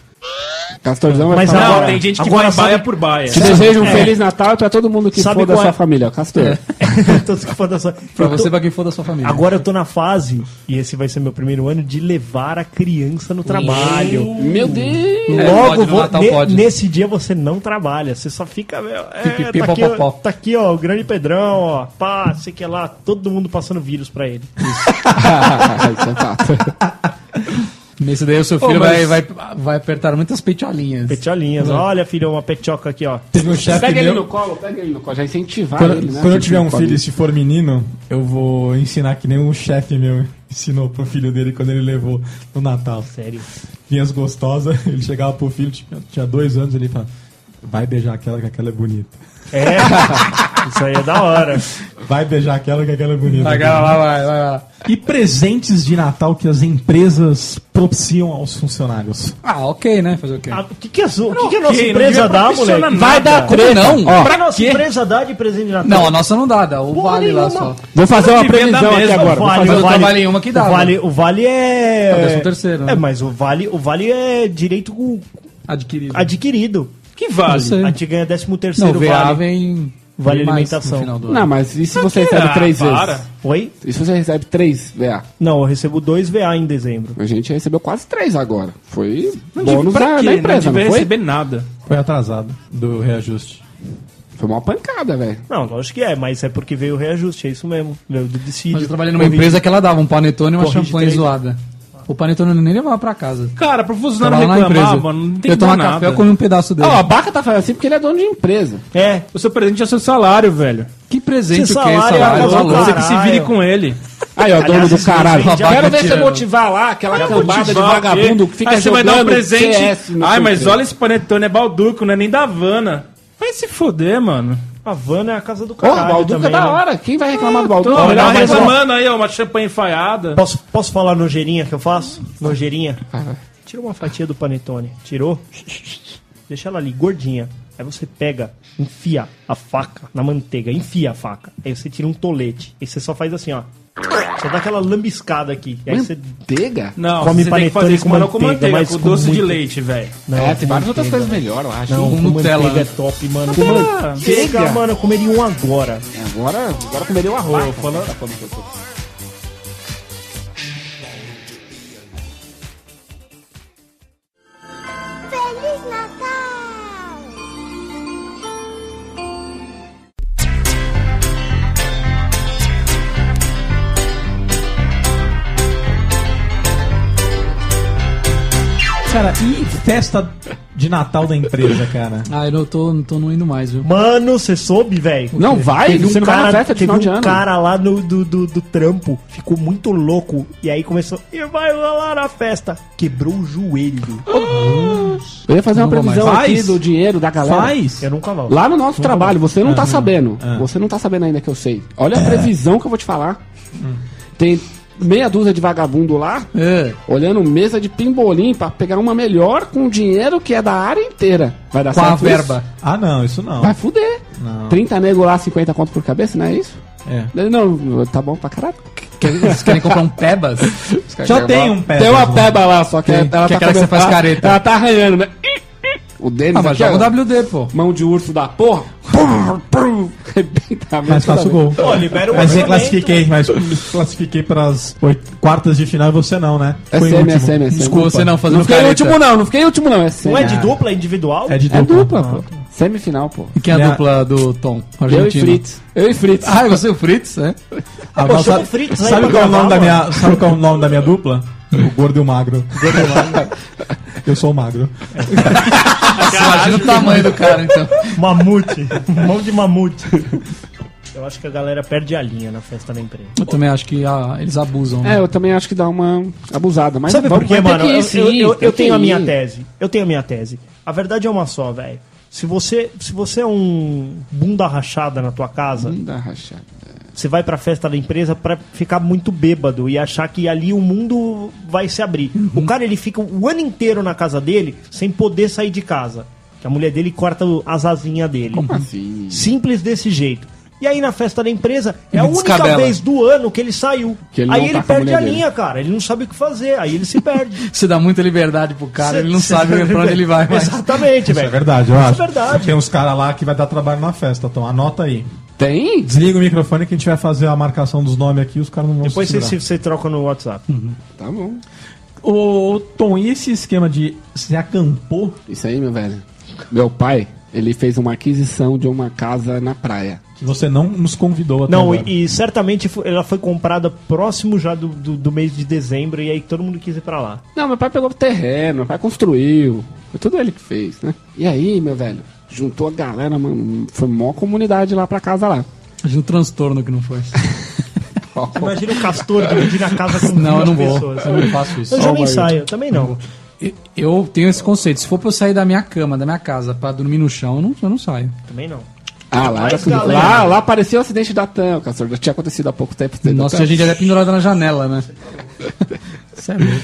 E: Castorzão vai
D: Mas
E: falar.
D: agora- tem gente que agora vai sabe- baia por baia.
E: Te desejo um
D: É.
E: Feliz Natal pra todo mundo que
D: Sabe
E: for da
D: qual é?
E: sua família, ó, Castor.
D: É. [laughs] Todos que for da sua-
B: Pra
D: Eu tô-
B: você, pra quem for da sua família.
D: Agora eu tô na fase, e esse vai ser meu primeiro ano, de levar a criança no trabalho.
E: Meu [laughs] Deus!
D: Logo,
B: É, pode, no
D: vou-
B: Natal
D: ne-
B: pode.
D: nesse dia você não trabalha, você só fica. meu, É,
B: Pipipi,
D: tá, aqui,
B: popopó.
D: ó, tá aqui, ó, o grande Pedrão, ó, pá, sei que lá, todo mundo passando vírus pra ele.
E: Isso é fato.
B: Nesse daí o seu
D: Ô,
B: filho
D: mas-
B: vai, vai, vai apertar muitas peitiolinhas.
D: Petiolinhas, olha, filho, uma petioca aqui, ó.
A: Teve um chefe
D: é
E: Pega ele no
A: meu.
E: colo, pega ele no colo. Já incentivar
A: Quando,
E: ele, né?
A: quando eu tiver um
E: Incentivar
A: filho,
E: ele.
A: e se for menino, eu vou ensinar que nem um chefe meu ensinou pro filho dele quando ele levou no Natal.
D: Sério.
A: Vinhas gostosas, [laughs] ele chegava pro filho, tinha, tinha dois anos, ele falava, vai beijar aquela que aquela é bonita.
D: É, isso aí é da hora.
A: Vai beijar aquela que aquela é bonita.
B: Agora lá, vai, vai, vai.
A: E presentes de Natal que as empresas propiciam aos funcionário.
B: Ah, ok, né? Fazer o quê?
D: Ah, O que, que, a sua- o que, que a nossa
F: Ok, não
D: empresa
F: devia
D: dá,
F: proporcionar
D: moleque?
F: nada.
B: Como não?
D: Pra nossa empresa dá de presente de Natal.
B: Não, a nossa não dá, dá o
D: Porra
B: vale lá
D: nenhuma.
B: só.
E: Vou fazer uma
F: Quando tiver da
E: previsão aqui
F: mesa,
E: agora.
D: O
E: vou
D: vale,
E: fazer-
B: eu
D: o vale, é
B: trabalhei uma que dá,
D: O vale, o vale é.
B: É o décimo terceiro, né?
D: É, mas o vale, o vale é direito
B: Adquirido.
D: adquirido.
F: Que vale.
B: Você-
D: A gente ganha 13
B: Não,
D: terceiro
B: o VA
D: vale.
B: vem.
D: Vale
B: vem mais
D: alimentação.
B: No final do ano.
E: Não, mas e se você recebe
F: Ah,
E: três
F: para.
E: vezes?
D: Oi?
E: E se você recebe três VA?
D: Não, eu recebo 2 VA em dezembro.
E: A gente recebeu quase três agora. Foi
F: Não devia,
E: bônus
F: pra
E: da,
F: quê?
E: da empresa,
F: não
E: não,
F: devia
E: foi?
F: receber nada.
A: Foi atrasado do reajuste.
E: Foi uma pancada, velho.
D: Não, lógico que é, mas é porque veio o reajuste, é isso mesmo. Veio do dissídio.
B: Mas eu trabalhei numa
D: Corrige.
B: empresa que ela dava um panetone e uma
D: Corrige
B: champanhe
D: três.
B: zoada. O panetone eu nem levava pra casa.
F: Cara, pro
B: Tava
F: funcionário
B: lá na
F: reclamar,
B: empresa.
F: mano, não tem
B: eu
F: que dar
B: tomava
F: nada.
B: café, eu comi um pedaço dele.
E: Ó, o Baca tá falando assim porque ele é dono de empresa.
D: É,
F: O seu presente é o seu salário, velho.
B: que presente
D: esse
B: o que é
A: Tá
D: salário,
B: salário?
D: acabou
B: valor.
D: com
F: Você que se vire
A: é.
D: Caralho.
F: com ele.
E: Aí, ó, dono
D: Aliás,
E: do
D: esse
E: caralho.
D: presente já
E: Quero ver
F: tá
E: você
F: tirando.
E: motivar lá, aquela cambada de
F: Motivar,
E: vagabundo que fica
F: Aí você vai dar um
E: jogando
F: presente.
E: CS no
F: Ai,
E: seu
F: mas
E: emprego.
F: olha esse panetone, é balduco, não é nem da Havana. Vai se foder, mano.
D: a Havana é a casa do
E: Ô,
D: caralho.
E: Balduca é
D: também,
E: da
D: né?
E: hora. Quem vai reclamar do Balduca?
F: Tô
D: Olha,
F: tá
D: mas,
F: reclamando aí, ó, uma champanhe enfaiada.
D: Posso, posso falar nojeirinha que eu faço? Nojeirinha. Tira uma fatia do panetone. Tirou? Deixa ela ali, gordinha. Aí você pega, enfia a faca na manteiga, enfia a faca. Aí você tira um tolete. Aí você só faz assim, ó. Você dá aquela lambiscada aqui. E aí você.
E: Manteiga?
F: Não,
D: Come
F: você tem que fazer
D: panetone
F: isso
D: com
F: mas não com
D: manteiga,
F: manteiga,
D: mas
F: com
D: com
F: doce de
D: muito-
F: leite, velho.
E: é,
D: com
E: tem várias outras
D: manteiga.
E: coisas melhor, eu acho.
D: Não,
B: Com
D: com
B: Nutella,
D: manteiga é
B: né?
D: top, mano. Com manteiga, mano, eu comeria um agora.
E: Agora, agora comeria o arroz. Tá
I: Feliz Natal!
A: Cara, e festa de Natal da empresa, cara?
B: Ah, eu não tô, não tô não indo mais, viu?
D: Mano, você soube, velho?
E: Não vai,
D: Teve um
E: você não vai
D: cara,
E: na festa de
D: teve
E: final de
D: um
E: ano.
D: cara lá no, do, do, do trampo, ficou muito louco, e aí começou, e vai lá na festa. Quebrou o joelho.
E: Eu ia fazer uma
B: Não vou
E: previsão
A: mais.
E: aqui
A: Faz?
E: do dinheiro da galera.
A: Faz?
D: Eu nunca vou.
E: Lá no nosso trabalho, você não tá sabendo. Você não tá sabendo ainda que eu sei. Olha a previsão que eu vou te falar. Tem meia dúzia de vagabundo lá,
B: É.
E: olhando mesa de pimbolim pra pegar uma melhor com o dinheiro que é da área inteira. Vai dar
B: Com a
E: certo isso?
B: verba.
A: Ah, não, isso não.
E: Vai fuder. 30 nego lá, 50 conto por cabeça, não é isso?
A: É.
E: Ele, Não, tá bom pra caralho.
B: Quer- Vocês querem comprar um [laughs] Pebas?
A: Já tem um pé.
E: Tem uma peba lá, só É, que
B: Tem.
E: ela
B: Que
E: tá
B: é aquela que você
E: começando-
B: faz careta.
E: Ela tá arranhando, né? O Denis
B: Ah, mas
E: aqui,
B: joga
E: ó,
B: o WD, pô.
E: mão de urso da porra. É Pum, pum. Arrebenta a
A: Mas
E: mesa
A: faço
E: toda
A: gol.
D: Pô, libera o
A: mas eu
D: orçamento.
A: classifiquei, mas classifiquei pras oit- quartas de final e você não, né?
E: É
A: Foi em
E: SM, é
A: último.
E: SM, é SM.
B: Desculpa, você não, fazendo
E: Não fiquei em
B: careta.
E: último, não. Não fiquei em último, não. É
D: Não
E: semi.
D: é de dupla, é individual?
A: É de
E: É
A: dupla.
E: dupla, pô. Semifinal, pô.
B: E quem é
A: Ele
B: a
A: é-
B: dupla do Tom?
E: Eu e
B: Argentino.
E: Fritz. Eu e Fritz.
B: Ah, e você e o Fritz, é?
A: Ah,
D: Pô,
A: mas
D: chama o
A: sabe,
D: Fritz aí
A: sabe
D: pra
A: qual é o nome
D: gravar,
A: da minha, sabe qual é o nome da minha dupla? O gordo e o magro. Eu sou o magro.
B: Você imagina o tamanho do cara, então.
D: Mamute. [laughs] Mão de mamute. Eu acho que a galera perde a linha na festa da empresa.
B: Eu também acho que ah, eles abusam.
E: É,
B: né?
E: eu também acho que dá uma abusada. Mas
D: Sabe por
E: vamos-
D: quê,
E: vai ter
D: mano?
E: que ir,
D: Eu,
E: sim,
D: eu- eu-
E: tem
D: eu
E: que
D: tenho a
E: ir.
D: minha tese. Eu tenho a minha tese. A verdade é uma só, velho. Se você, se você é um bunda rachada na tua casa,
E: Bunda rachada.
D: Você vai pra festa da empresa pra ficar muito bêbado e achar que ali o mundo vai se abrir.
E: Uhum.
D: O cara, ele fica o ano inteiro na casa dele sem poder sair de casa. Que a mulher dele corta o- as asinhas dele.
E: Como assim?
D: Simples desse jeito. E aí na festa da empresa é
E: Ele
D: a única
E: descabela.
D: vez do ano que ele saiu.
E: Que ele não
D: aí
E: tá
D: ele
E: com a
D: perde a,
E: mulher dele.
D: linha, cara. Ele não sabe o que fazer. Aí ele
E: [laughs]
D: se perde.
B: [laughs] Você dá muita liberdade pro cara, ele não
D: [laughs]
B: sabe pra onde ele vai mais.
A: Isso
D: Exatamente,
A: é
D: velho.
A: verdade, eu
D: Isso é
A: acho.
D: verdade.
A: Tem uns caras lá que vai dar trabalho na festa, então anota aí.
E: Tem?
A: Desliga o microfone que a gente vai fazer a marcação dos nomes aqui, os caras não vão
D: Depois
A: se
D: você,
A: segurar.
D: você troca no WhatsApp.
E: Tá bom.
A: Ô, Tom, e esse esquema de se acampou?
E: Isso aí, meu velho. Meu pai, ele fez uma aquisição de uma casa na praia.
A: Que você não nos convidou até
D: Não,
A: agora.
D: e, e certamente fo- ela foi comprada próximo já do, do, do mês de dezembro e aí todo mundo quis ir pra lá.
E: Não, meu pai pegou o terreno, meu pai construiu. Foi tudo ele que fez, né? E aí, meu velho, juntou a galera, mano. Foi mó comunidade lá pra casa lá.
B: De um transtorno que não foi.
D: Imagina o Castor dividindo a casa com
B: [laughs] Não, eu não
D: 20
B: vou.
D: pessoas.
B: Eu não faço isso.
D: Eu já
E: Oh,
D: nem
E: Maria.
D: saio, eu também não.
B: Eu- Eu tenho esse conceito. Se for pra eu sair da minha cama, da minha casa, pra dormir no chão, eu não, eu não saio.
D: Também não.
E: Ah, lá, era
D: Mas,
E: tudo.
D: galera-
E: lá, lá apareceu o acidente da TAM, Castor. Já tinha acontecido há pouco tempo. tá
B: Nossa, a gente é pendurada na janela, né? Isso é louco.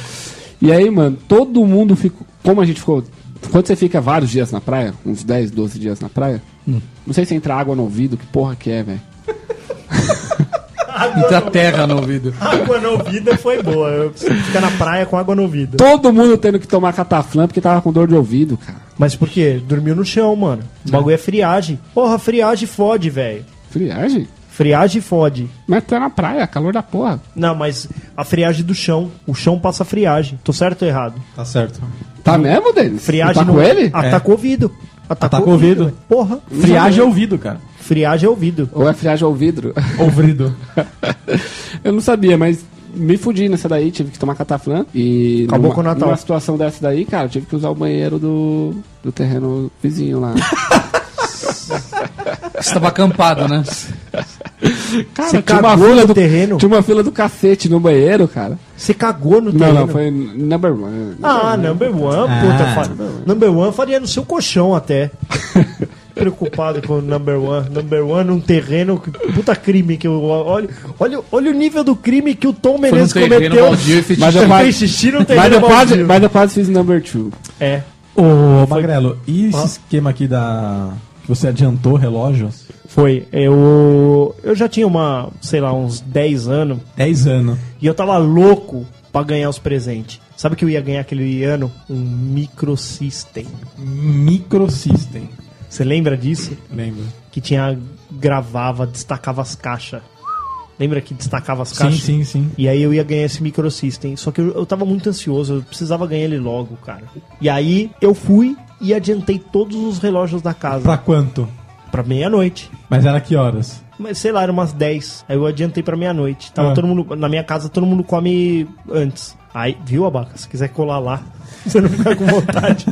E: E aí, mano, todo mundo ficou. Como a gente ficou. Quando você fica vários dias na praia, uns 10, 12 dias na praia, não sei se entra água no ouvido, que porra que é, velho.
B: Muita terra no ouvido.
D: Água no ouvido foi boa. Eu preciso ficar na praia com água no ouvido.
E: Todo mundo tendo que tomar cataflã porque tava com dor de ouvido, cara.
D: Mas por quê? Dormiu no chão, mano. O bagulho é friagem. Porra, friagem fode, velho.
E: Friagem?
D: Friagem fode.
E: Mas tá na praia, calor da porra.
D: Não, mas a friagem do chão. O chão passa friagem. Tô certo ou errado?
A: Tá certo.
E: Tá mesmo, Denis?
D: Friagem
E: tá com
D: no-
E: ele?
D: Ataca o ouvido. Ataca,
A: Ataca o ouvido.
D: velho. Porra.
A: Friagem é ouvido,
D: [laughs]
A: cara.
D: Friagem é ouvido.
E: Ou é friagem ao vidro? [laughs]
A: Ouvido.
E: Eu não sabia, mas me fudi nessa daí, tive que tomar cataflã. E
D: Acabou
E: numa,
D: com o Natal.
E: numa situação dessa daí, cara, eu tive que usar o banheiro do, do terreno vizinho
D: [laughs]
E: lá.
B: Você tava acampado, né?
E: Cara,
D: Você
E: tinha uma
D: cagou
E: fila
D: no
E: do
D: terreno?
E: Tinha uma fila do cacete no banheiro, cara.
D: Você cagou no
E: Não,
D: terreno.
E: não, foi number one.
D: Ah, number one, puta. fa- Number one faria no seu
E: [laughs]
D: colchão até. Preocupado com o number one. Number one num terreno. que- Puta crime que eu. Olha, olha, olha o nível do crime que o Tom Menezes
B: Foi um terreno
D: cometeu.
B: baldio e fez
E: Mas eu
D: Ele é
E: quase-
D: fez xixi no
E: Mas
D: terreno.
E: eu, quase,
D: baldio.
E: mas eu quase fiz number two.
D: É.
A: Ô, Magrelo, e esse esquema aqui da. que você adiantou relógio?
D: Foi. Eu. Eu já tinha uma, sei lá, uns 10 anos.
A: 10 anos.
D: E eu tava louco pra ganhar os presentes. Sabe que eu ia ganhar aquele ano? Um Micro System.
A: Microsystem.
D: Você lembra disso?
A: Lembra?
D: que tinha gravava, destacava as caixas. Lembra que destacava as
A: Sim,
D: caixas?
A: sim, sim.
D: E aí eu ia ganhar esse Micro System. Só que eu, eu tava muito ansioso, eu precisava ganhar ele logo, cara. E aí eu fui e adiantei todos os relógios da casa
A: Pra quanto?
D: pra meia-noite.
A: Mas era que horas?
D: Mas sei lá, eram umas 10. Aí eu adiantei pra meia-noite. Tava
A: Ah.
D: todo mundo. Na minha casa todo mundo come antes. Aí, viu, Abaca? Se quiser colar lá, [laughs] você não fica com vontade.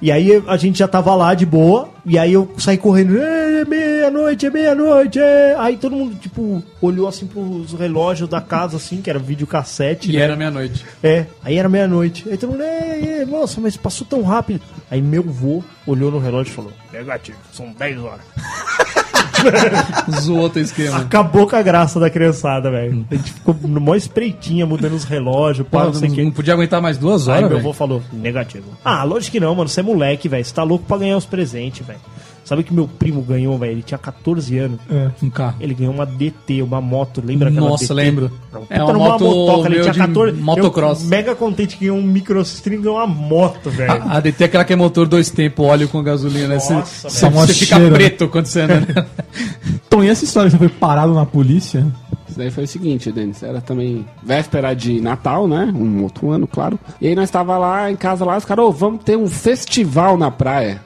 D: E aí a gente já tava lá de boa, e aí eu saí correndo, "É, é meia-noite, é meia-noite, é." Aí todo mundo, tipo, olhou assim pros relógios da casa, assim, que era videocassete. né?
B: E era meia-noite.
D: É, aí era meia-noite. Aí todo mundo, "É, é, nossa, mas passou tão rápido. Aí meu vô olhou no relógio e falou, negativo, são 10 horas.
B: Zoou teu esquema.
D: Acabou com a graça da criançada,
B: Hum.
D: velho. A gente ficou no maior espreitinha, mudando os relógios, pá, Ah,
B: Pô,
D: não sei o
B: não,
D: quê.
B: não podia aguentar mais duas
D: Aí
B: horas,
D: meu
B: velho.
D: avô falou, negativo. Ah, lógico que não, mano. Você é moleque, velho. Você tá louco pra ganhar os presentes, velho. Sabe o que meu primo ganhou, velho? Ele tinha 14 anos.
A: É.
B: Um carro.
D: Ele ganhou uma DT, uma moto, lembra aquela
B: Nossa,
D: DT?
B: lembro.
D: Puta,
B: É uma
D: numa
B: moto
D: motoca, ele
B: meio
D: tinha
B: de
D: 14.
B: motocross.
D: Eu, mega contente que ganhou um microstring e ganhou uma moto, velho.
B: A DT é aquela que é motor dois tempos, óleo com gasolina. né? Você,
D: Nossa,
B: você-
A: velho.
B: você fica
A: um Cheiro. né?
B: preto quando você anda. né?
A: Tom, e essa história? Você foi parado na polícia?
E: Isso daí foi o seguinte, Denis, era também véspera de Natal, né? Um outro ano, claro. E aí nós tava lá em casa lá, os caras, ô, vamos ter um festival na praia.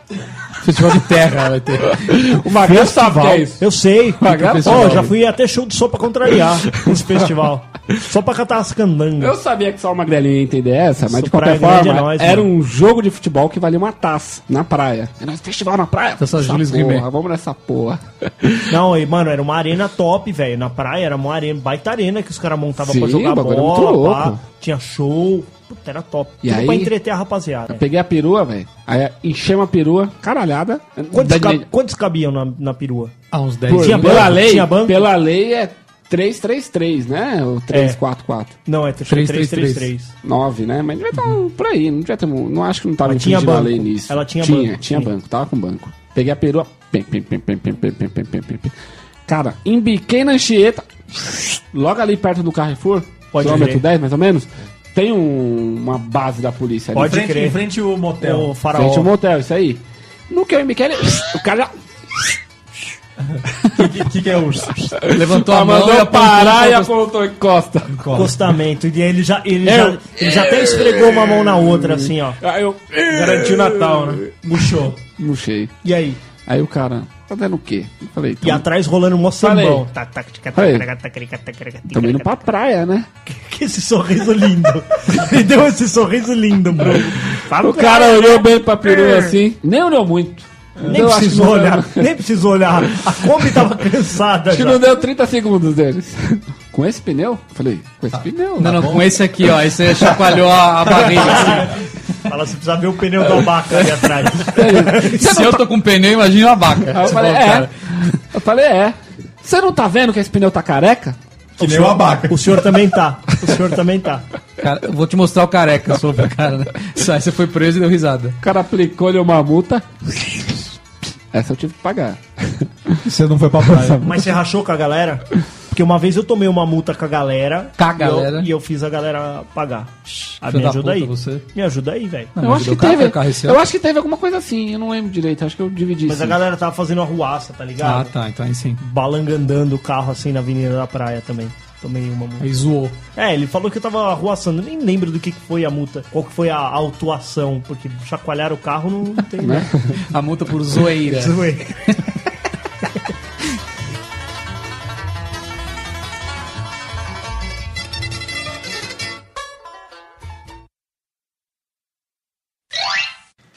B: Festival de terra [laughs] vai ter.
E: [laughs] O Magrão sabe o que é isso.
D: Eu sei.
E: Pagar
D: Pô,
E: festival.
D: já fui até show de sopa contrariar nesse
B: [laughs]
D: festival. Só pra catar as
E: Eu
D: candangas.
E: sabia que só o Magrelinho ia entender essa, mas de qualquer
D: praia grande
E: forma,
D: é nóis,
E: era
D: mano.
E: um jogo de futebol que valia uma taça na praia. Era um festival na praia?
B: Tá só Julius
E: porra,
B: Rimet.
E: Vamos nessa porra.
D: Não, e, mano, era uma arena top, velho. Na praia era uma arena, baita arena que os caras montavam pra
E: Sim,
D: jogar
E: o bagulho é
D: bola.
E: muito
D: pá.
E: louco.
D: Tinha show. Puta, era top.
E: E
D: Tudo
E: aí-
D: pra entreter a rapaziada.
E: Eu peguei a perua, velho. Aí enchemos a perua, caralhada.
D: Quantos,
E: Da-
D: cab- quantos cabiam na, na perua?
A: Ah, uns
E: Por-
D: Tinha
E: pela
D: banco?
E: lei,
D: Tinha banco?
E: pela lei é 333, né? Ou 344.
D: Não, é 3333.
E: 9, né? Mas devia estar por aí, não devia ter, mu- não acho que não tava
D: Mas tinha
E: infringindo
D: banco.
E: a lei nisso.
D: Ela tinha
E: tinha,
D: banco,
E: Tinha
D: sim.
E: banco, tava com banco. Peguei a perua, pim, pim, pim, pim, pim, pim, pim, pim, pim, pim, pim. Cara, embiquei na Anchieta, logo ali perto do Carrefour,
D: Pode
E: quilômetro
D: crer.
E: 10 mais ou menos, tem um- uma base da polícia ali.
D: Pode
A: frente,
D: crer.
A: em frente o motel.
D: O faraó.
E: Frente ao motel, isso aí. No que eu embiquei, ele- o cara já...
A: O que, [laughs] que, que é [laughs] o.
B: Levantou a mão
E: mandou
B: e
E: eu
B: apontou
E: parar e
B: pra-
E: apontou em costa.
D: Encostamento. E ele já, ele,
E: Eu-
D: já, ele já até esfregou uma mão na outra, assim, ó.
E: Aí eu...
D: Garantiu o Natal, né?
A: Murchou.
E: Murchei.
D: E aí?
E: Aí o cara, tá dando o quê? Eu falei,
D: E atrás rolando um mó sambão.
E: Falei.
D: Tá, tá, tica,
E: Falei.
D: tica, tica, tica, tica,
E: tamo indo
D: tica,
E: pra praia, né?
D: Que [laughs] esse sorriso lindo. [laughs] Ele deu esse sorriso lindo, bro.
E: O
D: É,
E: cara olhou
D: né?
E: bem pra perua assim, nem olhou muito.
D: nem
E: Eu acho
D: precisou
E: que não-
D: olhar, nem precisou olhar. A Kombi tava cansada
B: [laughs]
E: Acho que
D: já.
E: não deu 30 segundos deles. [laughs] Com esse pneu? Eu Falei, com esse pneu?
B: Não, não, com esse aqui, ó. Esse chacoalhou a, a barriga. [laughs] assim.
D: Fala, você precisa ver o pneu da vaca ali atrás.
E: é [laughs]
B: Se eu tô com pneu, imagina a vaca.
E: Aí eu falei, é. Eu falei, é. Você não tá vendo que esse pneu tá careca?
D: Que nem o abaca. O senhor também tá. O senhor também tá.
B: Cara, eu vou te mostrar o careca sobre a cara. Né? Só aí você foi preso e deu risada.
E: O cara aplicou-lhe uma multa. Essa eu tive que pagar.
A: Você não foi pra praia.
D: Mas você rachou com a galera? Porque uma vez eu tomei uma multa com a galera.
B: Com a
D: e eu-
B: galera.
D: E eu, fiz a galera pagar. Ah,
B: Filho
D: me
B: da
D: ajuda
B: puta,
D: aí.
B: você.
D: Me ajuda aí, velho.
B: Não,
E: Eu
B: mas
E: acho
B: deu
E: que
B: carro,
E: teve.
B: foi carro esse ano.
E: Eu acho que teve alguma coisa assim, eu não lembro direito. Acho que eu dividi.
D: Mas a
E: sim.
D: galera tava fazendo arruaça, tá
B: Ah,
D: ligado?
B: tá. Então aí sim.
D: Balangandando o carro assim na avenida da praia também. Tomei uma multa.
B: Aí zoou.
D: É, ele falou que eu tava arruaçando. Eu Nem lembro do que que foi a multa. Qual que foi a autuação. Porque chacoalhar o carro não tem. né?
B: A multa por zoeira.
D: Zoei.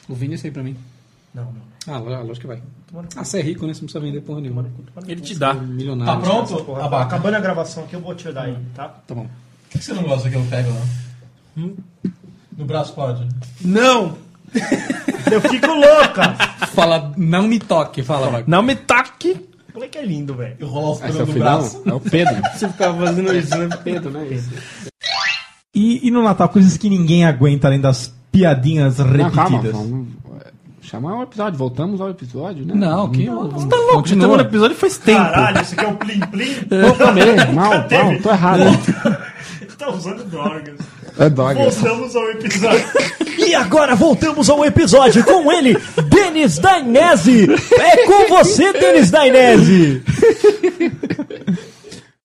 B: O Vini é isso aí pra mim.
D: Não, não.
B: Ah, lógico que vai. Ah, você é rico, né? Você não precisa vender porra nenhuma.
F: Ele
D: é
F: te dá.
D: um
B: Milionário.
A: Tá pronto?
D: Porra,
A: Abaca.
D: acabando a gravação aqui, eu vou te dar aí, tá?
B: Tá bom.
A: Por que você não gosta que eu pego, não? No braço pode.
F: Não!
D: Eu fico louca!
B: Fala, não me toque, fala, Abaca.
F: Não me toque!
D: Como é que é lindo, velho?
A: Enrolar os
E: Esse é o
A: pelos no
E: final?
A: braço.
E: É o Pedro.
F: Você ficava fazendo isso, né?
E: Pedro, né? Isso.
A: E, e no Natal, coisas que ninguém aguenta além das piadinhas
E: Não, calma.
A: repetidas.
E: Vamos chamar o episódio. Voltamos ao episódio, né?
B: Não, que.
F: Você tá louco? Já estamos no episódio faz tempo.
D: Caralho, isso aqui é um plim plim?
E: Eu também, mal, mal, tô errado.
D: tá usando drogas.
E: É dog.
D: Voltamos ao episódio. E agora voltamos ao episódio com ele, Denis Dainese. É com você, Denis Dainese.